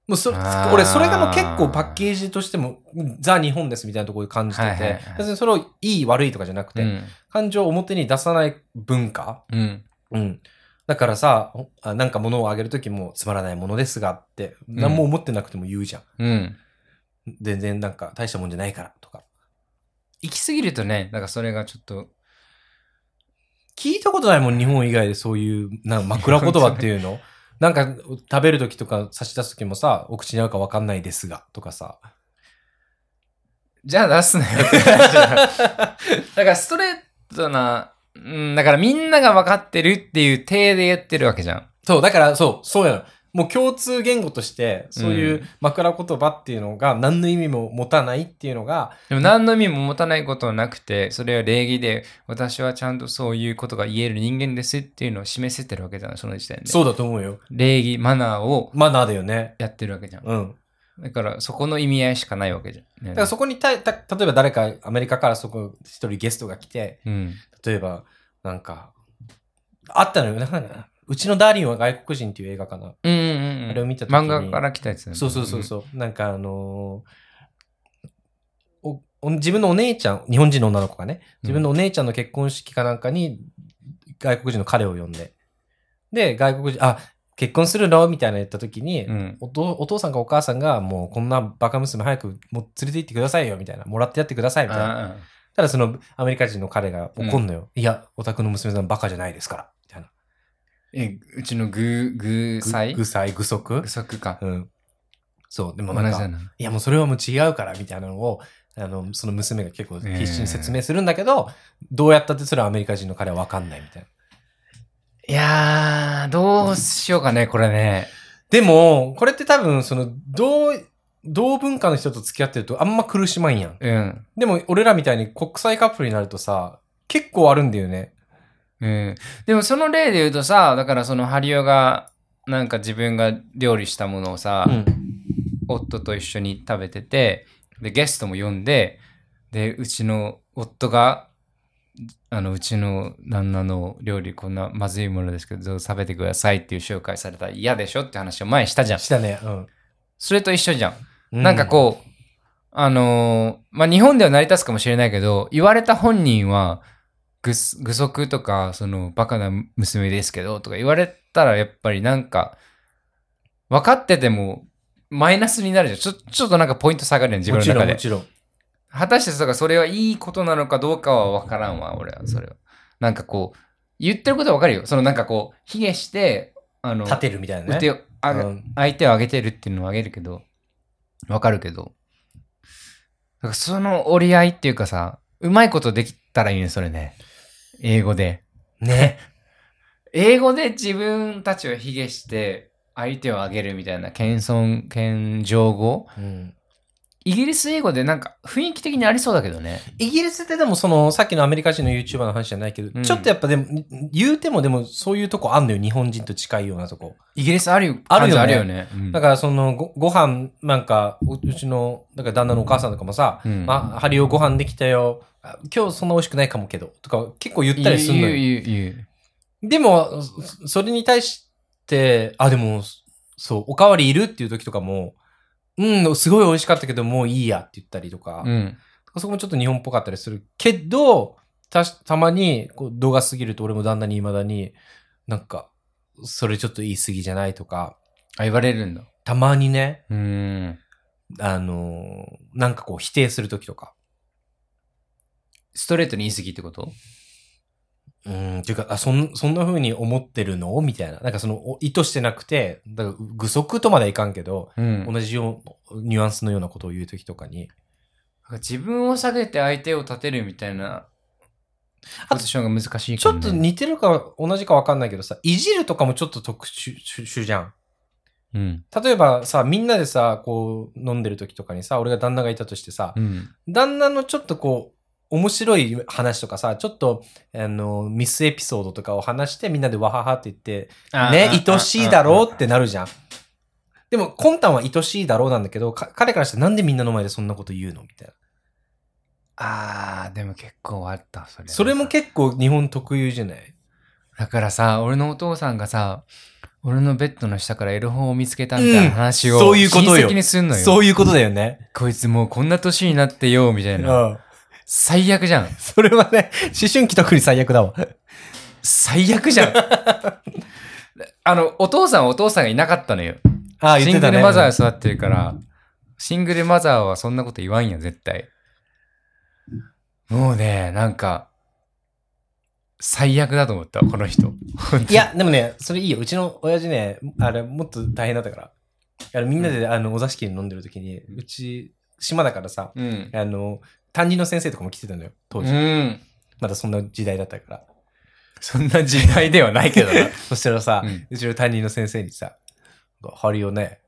Speaker 1: もうそ
Speaker 2: あー
Speaker 1: 俺、それがもう結構パッケージとしても、うんザ・日本ですみたいなところで感じてて、
Speaker 2: はいはいはい
Speaker 1: 別にそれをいい悪いとかじゃなくて、
Speaker 2: うん。
Speaker 1: 感情を表に出さない文化、
Speaker 2: うん。
Speaker 1: うん、だからさ、おあなんか物をあげるときもつまらないものですがって、
Speaker 2: ん
Speaker 1: 何も思ってなくても言うじゃん。
Speaker 2: うん。
Speaker 1: 全然なんか大したもんじゃないからとか。
Speaker 2: 行き過ぎるとね、なんかそれがちょっと、
Speaker 1: 聞いたことないもん、日本以外でそういう、なん枕言葉っていう のなんか食べるときとか差し出すときもさ、お口に合うかわかんないですがとかさ。
Speaker 2: じゃあ出すな よって感じだ。だからストレートな、うん、だからみんなが分かってるっていう体で言ってるわけじゃん。
Speaker 1: そう、だからそう、そうやの。もう共通言語として、そういうう枕言葉っていうのが何の意味も持たないっていうのが、
Speaker 2: でも何の意味も持たないことはなくて、それは礼儀で、私はちゃんとそういうことが言える人間ですっていうのを示せてるわけじゃん、その時点で。
Speaker 1: そうだと思うよ。
Speaker 2: 礼儀、マナーを
Speaker 1: マナーだよね。
Speaker 2: やってるわけじゃん。
Speaker 1: うん。
Speaker 2: だから、そこの意味合いしかないわけじゃん。
Speaker 1: だからそこにたた、例えば誰かアメリカからそこ一人ゲストが来て、
Speaker 2: うん。
Speaker 1: 例えば、なんか、あったのよ。なんか、うちのダーリンは外国人っていう映画かな。
Speaker 2: うんうんうん。
Speaker 1: あれを見た時に
Speaker 2: 漫画から来たやつだよね
Speaker 1: そうそうそうそう。なんかあのーおお自分のお姉ちゃん、日本人の女の子がね、自分のお姉ちゃんの結婚式かなんかに外国人の彼を呼んで、で、外国人、あ、結婚するのみたいな言った時に、
Speaker 2: うん。
Speaker 1: お父お父さんかお母さんがもうこんなバカ娘早くもう連れて行ってくださいよみたいな、もらってやってくださいみたいな。
Speaker 2: あ
Speaker 1: ただそのアメリカ人の彼が怒んのよ。いや、お宅の娘さんバカじゃないですから。みたいな。
Speaker 2: ーえ、うちのぐ、ぐさい
Speaker 1: ぐぐさい、ぐそく
Speaker 2: ぐ。そくか。
Speaker 1: うん。そう、でも
Speaker 2: 同
Speaker 1: な
Speaker 2: じ
Speaker 1: ん
Speaker 2: だ
Speaker 1: か、
Speaker 2: な。
Speaker 1: いやもうそれはもう違うから、みたいなのを、あの、その娘が結構必死に説明するんだけど、どうやったってそれはアメリカ人の彼はわかんないみたいな。
Speaker 2: いやあーどうしようかね、これね。
Speaker 1: でも、これって多分、その、同、同文化の人と付き合ってるとあんま苦しまんやん。
Speaker 2: うん。
Speaker 1: でも、俺らみたいに国際カップルになるとさ、結構あるんだよね。
Speaker 2: うん。でもその例で言うとさ、だからそのハリオが、なんか自分が料理したものをさ、
Speaker 1: うん。
Speaker 2: 夫と一緒に食べてて、で、ゲストも呼んで、で、うちの夫が、あの、うちの旦那の料理こんなまずいものですけど、食べてくださいっていう紹介されたら嫌でしょって話を前にしたじゃん。
Speaker 1: したね。うん。
Speaker 2: それと一緒じゃん。
Speaker 1: う
Speaker 2: なんかこう、あのーまあ、日本では成り立つかもしれないけど、言われた本人は、ぐす、愚足とか、その、バカな娘ですけど、とか言われたら、やっぱりなんか、分かってても、マイナスになるじゃん。ちょ、ちょっとなんかポイント下がるやん、自分
Speaker 1: も
Speaker 2: の
Speaker 1: ちろ
Speaker 2: 中
Speaker 1: ん、も
Speaker 2: で。
Speaker 1: ちろん。
Speaker 2: 果たしてそうか、それはいいことなのかどうかは分からんわ、俺は、それは。なんかこう、言ってることは分かるよ。そのなんかこう、卑下して、あの、
Speaker 1: 立てるみたいな
Speaker 2: 腕
Speaker 1: ね。
Speaker 2: を上げ
Speaker 1: うん
Speaker 2: 相手を上げてるっていうのは上げるけど、わかるけど、だからその折り合いっていうかさ、うまいことできたらいいね、それね。英語で。
Speaker 1: ね。
Speaker 2: 英語で自分たちを卑下して、相手を上げるみたいな、謙遜、謙譲語。
Speaker 1: うん。
Speaker 2: イギリス英語でなんか雰囲気的にありそうだけどね。
Speaker 1: イギリスってでもその、さっきのアメリカ人の YouTuber の話じゃないけど、
Speaker 2: うん
Speaker 1: ちょっとやっぱでも、言うてもでもそういうとこあんのよ。日本人と近いようなとこ。
Speaker 2: イギリスあるよ、
Speaker 1: あるよね
Speaker 2: あるよね。うん
Speaker 1: だからそのご、ご飯なんか、ううちの、だから旦那のお母さんとかもさ、
Speaker 2: うん
Speaker 1: まあ、ハリオご飯できたよ。あ今日そんな美味しくないかもけど、とか結構言ったりすんの
Speaker 2: 言う、言う、
Speaker 1: よ。
Speaker 2: 言う。
Speaker 1: でも、そそれに対して、あ、でも、そう、おかわりいるっていう時とかも、うん、すごい美味しかったけど、もういいやって言ったりとか、
Speaker 2: うん。
Speaker 1: そこもちょっと日本っぽかったりするけど、たし、たまに、こう、度が過ぎると俺も旦那に未だに、なんか、それちょっと言い過ぎじゃないとか、
Speaker 2: あ、言われるんだ。
Speaker 1: たまにね、
Speaker 2: うーん。
Speaker 1: あのーなんかこう否定するときとか。
Speaker 2: ストレートに言い過ぎってこと
Speaker 1: うーん、ていうか、あ、そん、そんな風に思ってるのみたいな。なんかその、お意図してなくて、だから具足とまではいかんけど、
Speaker 2: うん
Speaker 1: 同じよう、ニュアンスのようなことを言うときとか
Speaker 2: なん
Speaker 1: に。
Speaker 2: か自分を下げて相手を立てるみたいな
Speaker 1: あ
Speaker 2: ポ
Speaker 1: と
Speaker 2: ジションが難しい
Speaker 1: ち
Speaker 2: か
Speaker 1: ょ
Speaker 2: も、
Speaker 1: っ
Speaker 2: ね。
Speaker 1: と似てるか同じかわかんないけどさ、いじるとかもちょっと特殊殊じゃん。
Speaker 2: うん。
Speaker 1: 例えばさ、みんなでさ、こう、飲んでるときとかにさ、俺が旦那がいたとしてさ、
Speaker 2: うん。
Speaker 1: 旦那のちょっとこう、面白い話とかさ、ちょっと、あの、ミスエピソードとかを話して、みんなでわははって言って、ね、愛しいだろうってなるじゃん。でも、魂胆は愛しいだろうなんだけど、か彼からしてなんでみんなの前でそんなこと言うのみたいな。
Speaker 2: あーでも結構あった、それ。
Speaker 1: それも結構日本特有じゃない
Speaker 2: だからさ、俺のお父さんがさ、俺のベッドの下からエロ本を見つけたみたいな話を、
Speaker 1: うんそういうこと
Speaker 2: 親
Speaker 1: よ
Speaker 2: 戚にすんのよ。
Speaker 1: そういうことだよね。
Speaker 2: こいつもうこんな年になってよ、みた
Speaker 1: う
Speaker 2: いな。
Speaker 1: ん。
Speaker 2: 最悪じゃん。
Speaker 1: それはね、思春期特に最悪だわ。
Speaker 2: 最悪じゃん。 あの、お父さんはお父さんがいなかったのよ。
Speaker 1: ああ、言
Speaker 2: シ
Speaker 1: って
Speaker 2: ン
Speaker 1: た
Speaker 2: グ
Speaker 1: ね。
Speaker 2: ルマザー育ってるから、シングルマザーはそんなこと言わんや、絶対。もうね、なんか、最悪だと思った、この人。
Speaker 1: いや、でもね、それいいよ。うちの親父ね、あれ、もっと大変だったから。あのみんなで、あの、お座敷に飲んでる時に、うち、島だからさ、
Speaker 2: うん。
Speaker 1: あの、担任の先生とかも来てたのよ、当時。
Speaker 2: うん。
Speaker 1: まだそんな時代だったから。
Speaker 2: そんな時代ではないけど な。
Speaker 1: そしたらさ、う
Speaker 2: うん
Speaker 1: ちの担任の先生にさ、ハリをね、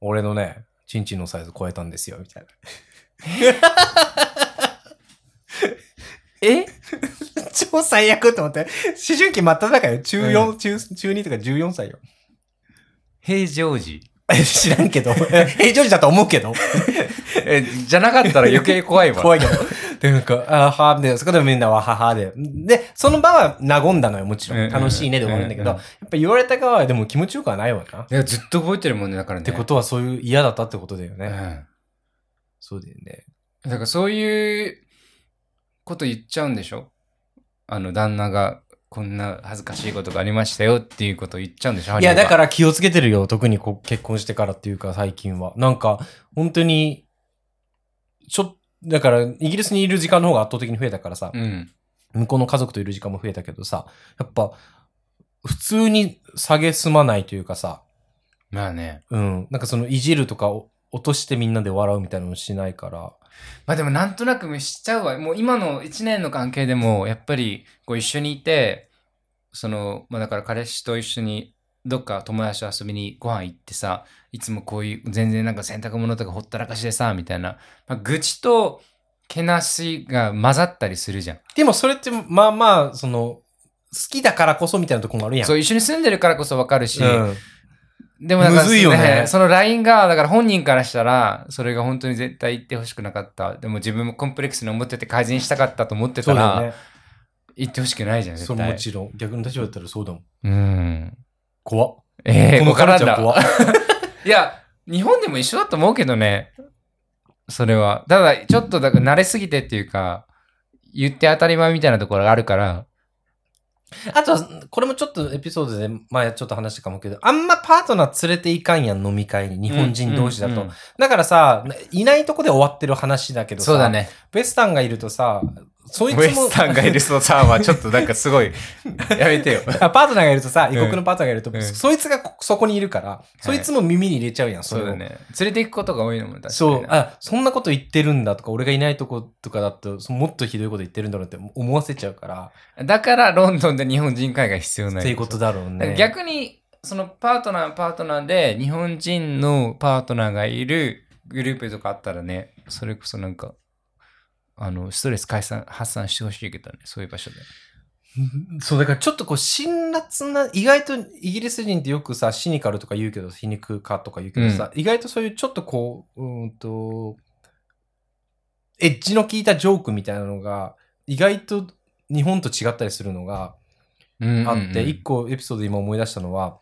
Speaker 1: 俺のね、チンチンのサイズ超えたんですよ、みたい
Speaker 2: え
Speaker 1: な。 超最悪と思って。思春期真っ只中よ。中4、中、中2とか14歳よ。
Speaker 2: 平常時。
Speaker 1: 知らんけ ど。平常時だと思うけど。
Speaker 2: え、じゃなかったら余計怖いわ。
Speaker 1: 怖いけど。で、なんか、あーはーで、そこでもみんなわははで。で、その場は和んだのよ、もちろ
Speaker 2: うんうん
Speaker 1: ん。
Speaker 2: うん
Speaker 1: 楽しいねで終わるんだけど、
Speaker 2: うん
Speaker 1: や
Speaker 2: うん
Speaker 1: っぱ言われた側はでも気持ちよくはないわな。っ
Speaker 2: いやずっと覚えてるもんね、だからね。
Speaker 1: てことはそういう嫌だったってことだよ
Speaker 2: う
Speaker 1: ね。
Speaker 2: ん。
Speaker 1: そうだよね。
Speaker 2: だからそういうこと言っちゃうんでしょあの、旦那がこんな恥ずかしいことがありましたよっていうことを言っちゃうんでしょ。
Speaker 1: いや、だからら気をつけてるよ。特にこう結婚してからっていうか、最近は。なんか、本当に、ちょ、だから、イギリスにいる時間の方が圧倒的に増えたからさ、
Speaker 2: うん。
Speaker 1: 向こうの家族といる時間も増えたけどさ、やっぱ、普通に下げすまないというかさ、
Speaker 2: まあね。
Speaker 1: うん。なんかその、いじるとかを落としてみんなで笑うみたいなのをしないから。
Speaker 2: まあでもなんとなくしちゃうわ。もう今の1年の関係でも、やっぱりこう一緒にいて、その、まあだから彼氏と一緒に、どっか友達と遊びにご飯行ってさ、いつもこういう、全然なんか洗濯物とかほったらかしでさ、みたいな、まあ、愚痴と、けなしが混ざったりするじゃん。
Speaker 1: でもそれって、まあまあ、その、好きだからこそみたいなとこもあるやん。
Speaker 2: そう、一緒に住んでるからこそわかるし、
Speaker 1: うん
Speaker 2: でもなんか、
Speaker 1: むずいよね
Speaker 2: その LINE が、だから本人からしたら、それが本当に絶対言ってほしくなかった。でも自分もコンプレックスに思ってて改善したかったと思ってた
Speaker 1: そうだよ
Speaker 2: ら、
Speaker 1: ね。
Speaker 2: 言ってほしくないじゃん、
Speaker 1: そ
Speaker 2: 絶
Speaker 1: うも
Speaker 2: 対。
Speaker 1: ちろん。逆の立場だったらそうだもん。
Speaker 2: うん。
Speaker 1: 怖っ。
Speaker 2: ええ
Speaker 1: こ
Speaker 2: ー、
Speaker 1: の
Speaker 2: わからん
Speaker 1: カルチャー
Speaker 2: だ。
Speaker 1: 怖っ。
Speaker 2: いや、日本でも一緒だと思うけどね。それは。ただ、ちょっとだから慣れすぎてっていうか、言って当たり前みたいなところがあるから、
Speaker 1: あとは、これもちょっとエピソードで前ちょっと話したかもけど、あんまパートナー連れていかんやん、飲み会に。日本人同士だと。
Speaker 2: うんうん
Speaker 1: だからさ、いないとこで終わってる話だけどさ、
Speaker 2: そうだ。ね。
Speaker 1: ベスタンがいるとさ、そいつ
Speaker 2: ウ
Speaker 1: も、
Speaker 2: エスタンがいる人さんはちょっとなんかすご い、やめてよ。
Speaker 1: あパートナーがいるとさ、
Speaker 2: ん
Speaker 1: 異国のパートナーがいると、
Speaker 2: うん
Speaker 1: そいつがこそこにいるから、そいつも耳に入れちゃうやん、
Speaker 2: そ
Speaker 1: それ
Speaker 2: う
Speaker 1: を
Speaker 2: だね。連れて行くことが多いのも確かに。
Speaker 1: そう、あ、そんなこと言ってるんだとか、俺がいないとことかだと、そもっとひどいこと言ってるんだろうって思わせちゃうから、
Speaker 2: だからロンドンで日本人会が必要ない。
Speaker 1: っていうことだろうね。
Speaker 2: 逆に、そのパートナーパートナーで日本人のパートナーがいるグループとかあったらね、それこそなんか、あの、ストレス解散、発散してほしいけどね、そういう場所で。
Speaker 1: そう、だからちょっとこう、辛辣な、意外とイギリス人ってよくさ、シニカルとか言うけど、皮肉かとか言うけどさ、意外とそういうちょっとこう、うーんと、エッジの効いたジョークみたいなのが、意外と日本と違ったりするのが
Speaker 2: うん
Speaker 1: あって、一、個エピソードで今思い出したのは、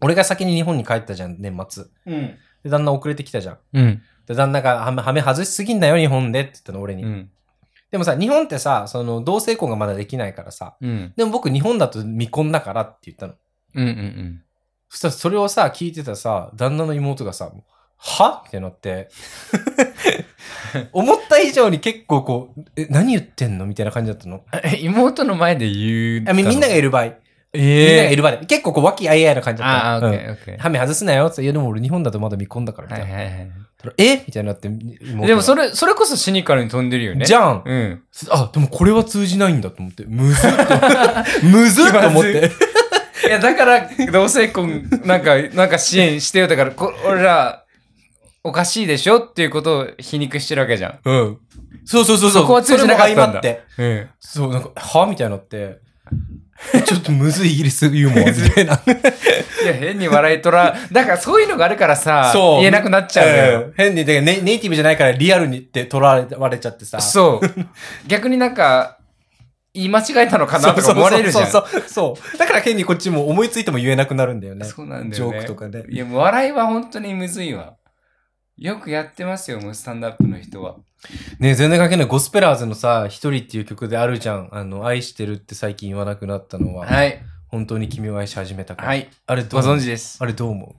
Speaker 1: 俺が先に日本に帰ったじゃん、年末。
Speaker 2: うん。
Speaker 1: で、旦那遅れてきたじゃん。
Speaker 2: うん。
Speaker 1: で、旦那がハメ、ハメ外しすぎんだよ、日本でって言ったの、俺に。
Speaker 2: うん。
Speaker 1: でもさ、日本ってさ、その、同性婚がまだできないからさ、
Speaker 2: うん。
Speaker 1: でも僕日本だと未婚だからって言ったの。
Speaker 2: うん。うん。
Speaker 1: そしたらそれをさ、聞いてたさ、旦那の妹がさ、はって なって。思った以上に結構こう、え、何言ってんのみたいな感じだったの。
Speaker 2: 妹の前で言う。
Speaker 1: あみみんながいる場合。みんなが
Speaker 2: え
Speaker 1: いる場合。結構こう、和気あいあいな感じだった
Speaker 2: ああ、
Speaker 1: の。
Speaker 2: オッ
Speaker 1: う
Speaker 2: ケ
Speaker 1: ん
Speaker 2: ー、オッケー。
Speaker 1: ハメ外すなよって言ったらいやでも俺日本だとまだ未婚だからみ
Speaker 2: は
Speaker 1: た
Speaker 2: い
Speaker 1: いな。
Speaker 2: はいはい
Speaker 1: えみたいになって。妹が
Speaker 2: でもそれ、それこそシニカルに飛んでるよね。
Speaker 1: じゃん
Speaker 2: うん。
Speaker 1: あ、でもこれは通じないんだと思って。むずっと。 むずっと思って。
Speaker 2: いや、だから、同性婚、なんか、なんか支援してよ。だから、こ俺ら、おかしいでしょっていうことを皮肉してるわけじゃん。
Speaker 1: うん。そうそうそうそう。
Speaker 2: そこは通じなかったんだ
Speaker 1: それも相まって。
Speaker 2: うん。
Speaker 1: そう、なんか、はみたいに なって、ちょっとむずいイギリスユーモアみたいな。
Speaker 2: いや、変に笑いとら、だからそういうのが あるからさ、
Speaker 1: そう。
Speaker 2: 言えなくなっちゃうのよ。
Speaker 1: ん変に、だからネネイティブじゃないからリアルにって取られちゃってさ。
Speaker 2: そう。逆になんか、言い間違えたのかなとか思われるじゃん。
Speaker 1: そうそうそうそうそう。だから変にこっちも思いついても言えなくなるんだよね。
Speaker 2: そうなんだ
Speaker 1: ジ
Speaker 2: よ
Speaker 1: ョ
Speaker 2: ね。
Speaker 1: ークとかで。
Speaker 2: いや、もう笑いは本当にむずいわ。よくやってますよ、もうスタンダップの人は。
Speaker 1: ね全然関係ない。ゴスペラーズのさ、一人っていう曲であるじゃん。あの、愛してるって最近言わなくなったのは、
Speaker 2: はい。
Speaker 1: 本当に君を愛し始めたから。
Speaker 2: はい。
Speaker 1: あれど
Speaker 2: ご
Speaker 1: う思う
Speaker 2: 存知です。
Speaker 1: あれどう思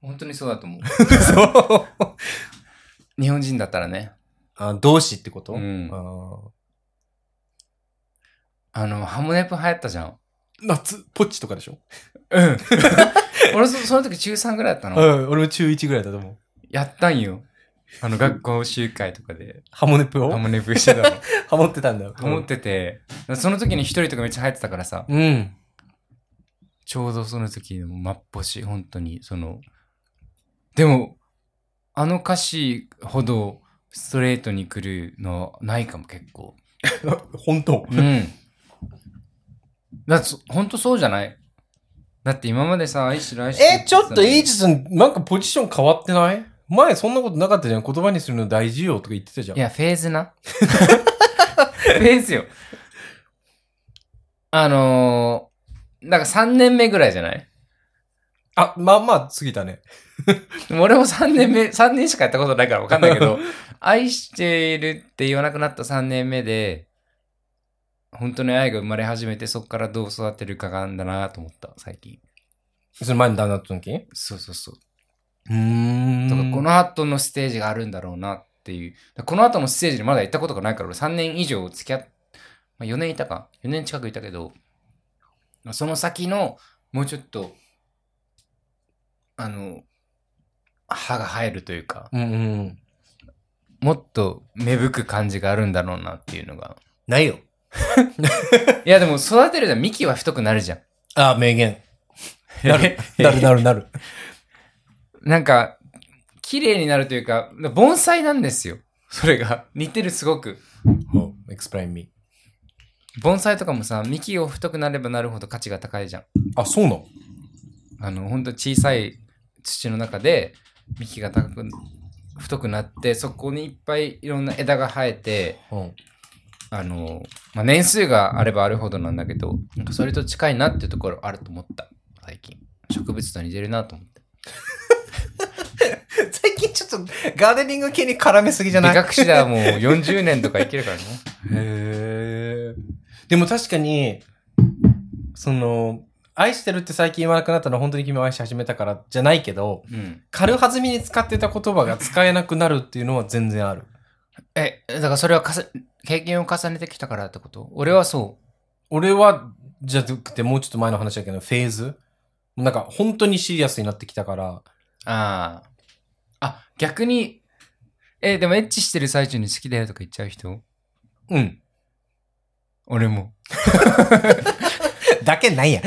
Speaker 2: 本当にそうだと思う。
Speaker 1: うそう。
Speaker 2: 日本人だったらね。
Speaker 1: あ同志ってこと
Speaker 2: うん
Speaker 1: あー
Speaker 2: あの、ハムネプ流行ったじゃん。
Speaker 1: 夏、ポッチとかでしょ
Speaker 2: うん。 俺そ、その時中3ぐらいだったの。
Speaker 1: うん、俺も中1ぐらいだと思う。
Speaker 2: やったんよ。あの、学校集会とかで、
Speaker 1: ハモネプ
Speaker 2: ハ
Speaker 1: を
Speaker 2: ムネプしてたの。
Speaker 1: ハモってたんだよ。
Speaker 2: 思ってて、その時に一人とかめっちゃ流行ってたからさ、
Speaker 1: うん。
Speaker 2: ちょうどその時の真っ星、本当に、その、でも、あの歌詞ほどストレートに来るのはないかも、結構。
Speaker 1: 本当。
Speaker 2: うん。だってそ、本当そうじゃないだって今までさ、愛してる愛してる
Speaker 1: え、ちょっとエイ
Speaker 2: じ
Speaker 1: ジさん、なんかポジション変わってない前そんなことなかったじゃん。言葉にするの大事よとか言ってたじゃん。
Speaker 2: いや、フェーズな。フェーズよ。あのー、なんか3年目ぐらいじゃない
Speaker 1: あ、まあまあ、過ぎたね。
Speaker 2: でも俺も3年目、3年しかやったことないから分かんないけ ど、愛してるって言わなくなった3年目で、本当に愛が生まれ始めて、そこからどう育てるかがあんだなと思った、最近。
Speaker 1: その前の旦那との時う
Speaker 2: そうそうそう。
Speaker 1: ーん
Speaker 2: とか、この後のステージがあるんだろうなっていう。だからこの後のステージにまだ行ったことがないから、俺3年以上付き合っ、まあ、4年いたか。4年近くいたけど、まあその先の、もうちょっと、あの、歯が生えるというか、
Speaker 1: うんうん。
Speaker 2: もっと芽吹く感じがあるんだろうなっていうのが。
Speaker 1: ないよ。
Speaker 2: いやでも育てるじゃん幹は太くなるじゃん、
Speaker 1: あ、名言。 なる なる、なる、な る。
Speaker 2: なんか綺麗になるというか盆栽なんですよそれが似てるすごく
Speaker 1: explain me.
Speaker 2: 盆栽とかもさ幹を太くなればなるほど価値が高いじゃん
Speaker 1: あ、そうなの
Speaker 2: あのほんと小さい土の中で幹が高く太くなってそこにいっぱいいろんな枝が生えて
Speaker 1: うん。
Speaker 2: あの、まあ、年数があればあるほどなんだけど、なんかそれと近いなっていうところあると思った、最近。植物と似てるなと思って。
Speaker 1: 最近ちょっとガーデニング系に絡めすぎじ
Speaker 2: じ
Speaker 1: ゃない
Speaker 2: 目隠しだ、もう40年とか生きるからね。
Speaker 1: へえ。でも確かに、その、愛してるって最近言わなくなったのは本当に君を愛し始めたからじゃないけど、
Speaker 2: うん。
Speaker 1: 軽はずみに使ってた言葉が使えなくなるっていうのは全然ある。
Speaker 2: え、だからそれはかさ経験を重ねてきたからってこと俺はそ
Speaker 1: 俺は、じゃなくてもうちょっと前の話だけど、フェーズなんか本当にシリアスになってきたから、
Speaker 2: う。ああ。あ、逆に、え、でもエッチしてる最中に好きだよとか言っちゃう人
Speaker 1: うん。
Speaker 2: 俺も。
Speaker 1: だけ ないや。い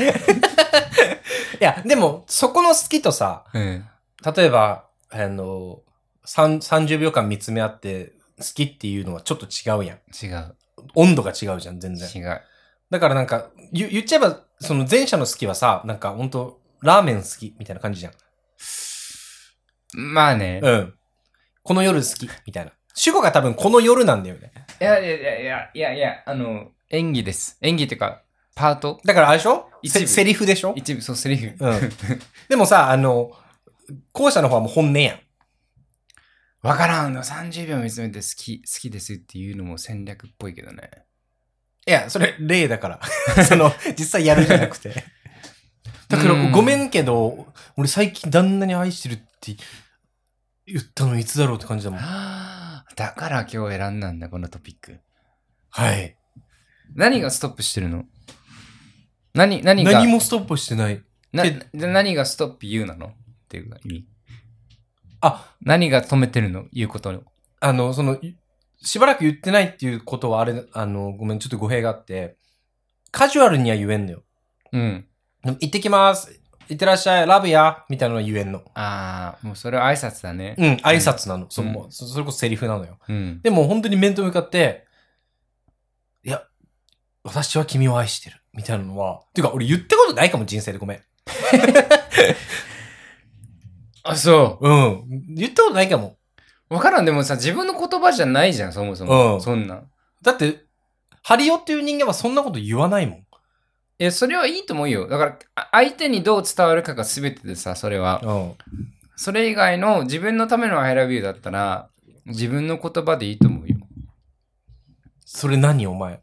Speaker 1: や、でも、そこの好きとさ、
Speaker 2: うん。
Speaker 1: 例えば、あの、さん30秒間見つめ合って、好きっていうのはちょっと違うやん。
Speaker 2: 違う。
Speaker 1: 温度が違うじゃん、全然。
Speaker 2: 違う。
Speaker 1: だからなんか、言言っちゃえば、その前者の好きはさ、なんか本当ラーメン好きみたいな感じじゃん。
Speaker 2: まあね。
Speaker 1: うん。この夜好きみたいな。主語が多分この夜なんだよね。
Speaker 2: いやいやいやいやいやいや、あの、演技です。演技っていうか、パート
Speaker 1: だからあれでしょ
Speaker 2: 一部
Speaker 1: セセリフでしょ
Speaker 2: 一部、そう、セリフ。
Speaker 1: うん。でもさ、あの、後者の方はもう本音やん。
Speaker 2: わからんの、30秒見つめて好き、好きですっていうのも戦略っぽいけどね。
Speaker 1: いや、それ、例だから。 その、実際やるじゃなく て。だから、
Speaker 2: うん
Speaker 1: ごめんけど、俺最近旦那に愛してるって言ったのいつだろうって感じだもん。
Speaker 2: あーだから今日選んだんだ、このトピック。
Speaker 1: はい。
Speaker 2: 何がストップしてるの何、何が、
Speaker 1: 何もストップしてない。
Speaker 2: なな何がストップ言うなのっていう意味。
Speaker 1: あ、
Speaker 2: 何が止めてるの言うことを。
Speaker 1: あの、その、いしばらく言ってないっていうことはあれ、あの、ごめん、ちょっと語弊があって、カジュアルには言えんのよ。
Speaker 2: うん。
Speaker 1: でも行ってきます。行ってらっしゃい。ラブや。みたいなのは言えんの。
Speaker 2: ああ、もうそれは挨拶だね。
Speaker 1: うん、挨拶なの。そ
Speaker 2: うん
Speaker 1: もうそそれこそセリフなのよ。
Speaker 2: うん。
Speaker 1: でも本当に面と向かって、いや、私は君を愛してる。みたいなのは、ていうか俺言ったことないかも人生でごめん。
Speaker 2: あ、そう。
Speaker 1: うん。言ったことないかも。
Speaker 2: わからん、でもさ、自分の言葉じゃないじゃん、そもそも。
Speaker 1: うん
Speaker 2: そんなん。
Speaker 1: だって、ハリオっていう人間はそんなこと言わないもん。
Speaker 2: いや、それはいいと思うよ。だから、あ相手にどう伝わるかが全てでさ、それは。
Speaker 1: うん。
Speaker 2: それ以外の自分のための I love you だったら、自分の言葉でいいと思うよ。
Speaker 1: それ何お前。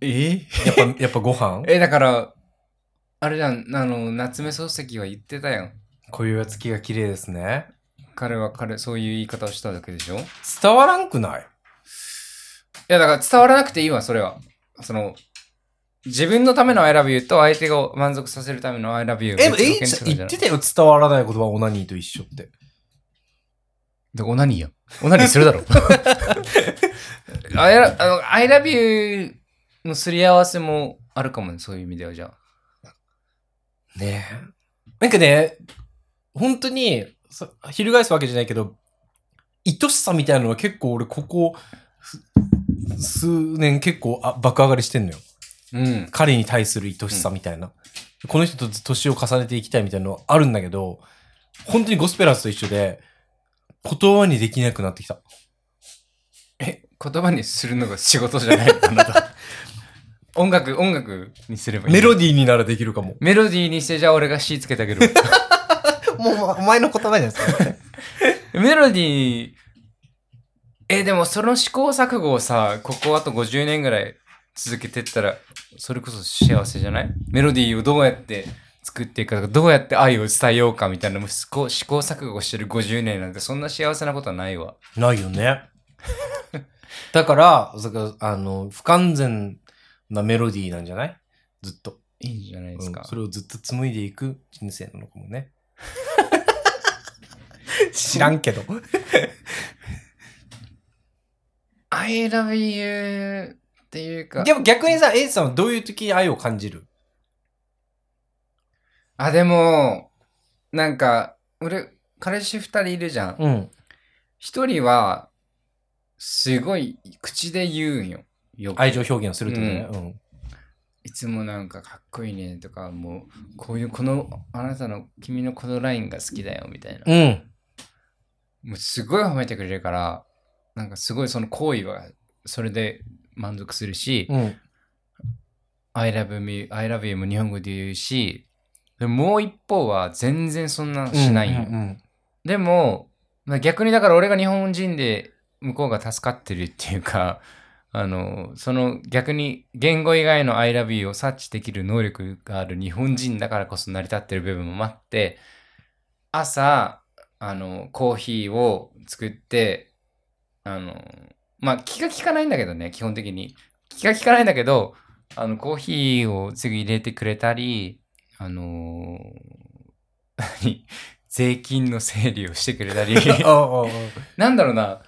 Speaker 2: え
Speaker 1: やっぱ、やっぱご飯
Speaker 2: え、だから、あれじゃん、あの、夏目漱石は言ってたやん。
Speaker 1: こういう月が綺麗ですね。
Speaker 2: 彼は彼、そういう言い方をしただけでしょい
Speaker 1: 伝わらんくない
Speaker 2: や、だから伝わらなくていいわ、それは。その、自分のための I love you と相手を満足させるための I love you を
Speaker 1: え、
Speaker 2: 別の
Speaker 1: え
Speaker 2: 見
Speaker 1: ちゃ
Speaker 2: す
Speaker 1: ん
Speaker 2: るんじ
Speaker 1: 言
Speaker 2: ゃ
Speaker 1: っ
Speaker 2: ない
Speaker 1: てたよ。伝わらない言葉はオナニーと一緒って。
Speaker 2: で、オナニーや。オナニーするだろ。あやあの、I love you のすり合わせもあるかもね、そういう意味ではじゃあ。
Speaker 1: ねえ。なんかね、本当に、そ翻すわけじゃないけど、愛しさみたいなのは結構俺ここ、す数年結構あ爆上がりしてんのよ。
Speaker 2: うん。
Speaker 1: 彼に対する愛しさみたいな。この人と年を重ねていきたいみたいなのはあるんだけど、本当にゴスペラーズと一緒で、言葉にできなくなってきた。
Speaker 2: え、言葉にするのが仕事じゃないあな た。音楽、音楽にすればいい。
Speaker 1: メ
Speaker 2: デ
Speaker 1: ロ
Speaker 2: ィ
Speaker 1: ディーにならできるかも。
Speaker 2: メロディーにして、じゃあ俺が詞つけてあげるわ。
Speaker 1: もう、お前の言葉じゃないですか。
Speaker 2: メロディー、え、でもその試行錯誤をさ、ここあと50年ぐらい続けてったら、それこそ幸せじゃないメロディーをどうやって作っていくか、どうやって愛を伝えようかみたいなもう試行試行錯誤してる50年なんて、そんな幸せなことはないわ。
Speaker 1: ないよね。 だから、それからあの、不完全なメロディーなんじゃないずっと、
Speaker 2: いいんじゃないです
Speaker 1: う
Speaker 2: か
Speaker 1: ん。それをずっと紡いでいく人生なのかもね。 知らんけど。
Speaker 2: I love you っていうか
Speaker 1: でも逆にさ、エイジさんはどういう時に愛を感じる
Speaker 2: あでもなんか俺彼氏2人いるじゃん
Speaker 1: うん。
Speaker 2: 1人はすごい口で言うんよよく
Speaker 1: 愛情表現をするってことね。うん。
Speaker 2: いつもなんかかっこいいねとかもうこういうこのあなたの君のこのラインが好きだよみたいな
Speaker 1: うん。
Speaker 2: もうすごい褒めてくれるからなんかすごいその行為はそれで満足するし、
Speaker 1: うん。
Speaker 2: I love me, I love you も日本語で言うし、でもう一方は全然そんなのしないよ。
Speaker 1: うんうん
Speaker 2: でも、まあ逆にだから俺が日本人で向こうが助かってるっていうか、 あの、その逆に言語以外の I love you を察知できる能力がある日本人だからこそ成り立ってる部分もあって、朝、あの、コーヒーを作って、あの、まあ気が利かないんだけどね、基本的に。気が利かないんだけど、あの、コーヒーをすぐ入れてくれたり、あのー何 税金の整理をしてくれたり、
Speaker 1: うん。 ああああ
Speaker 2: なんだろうな、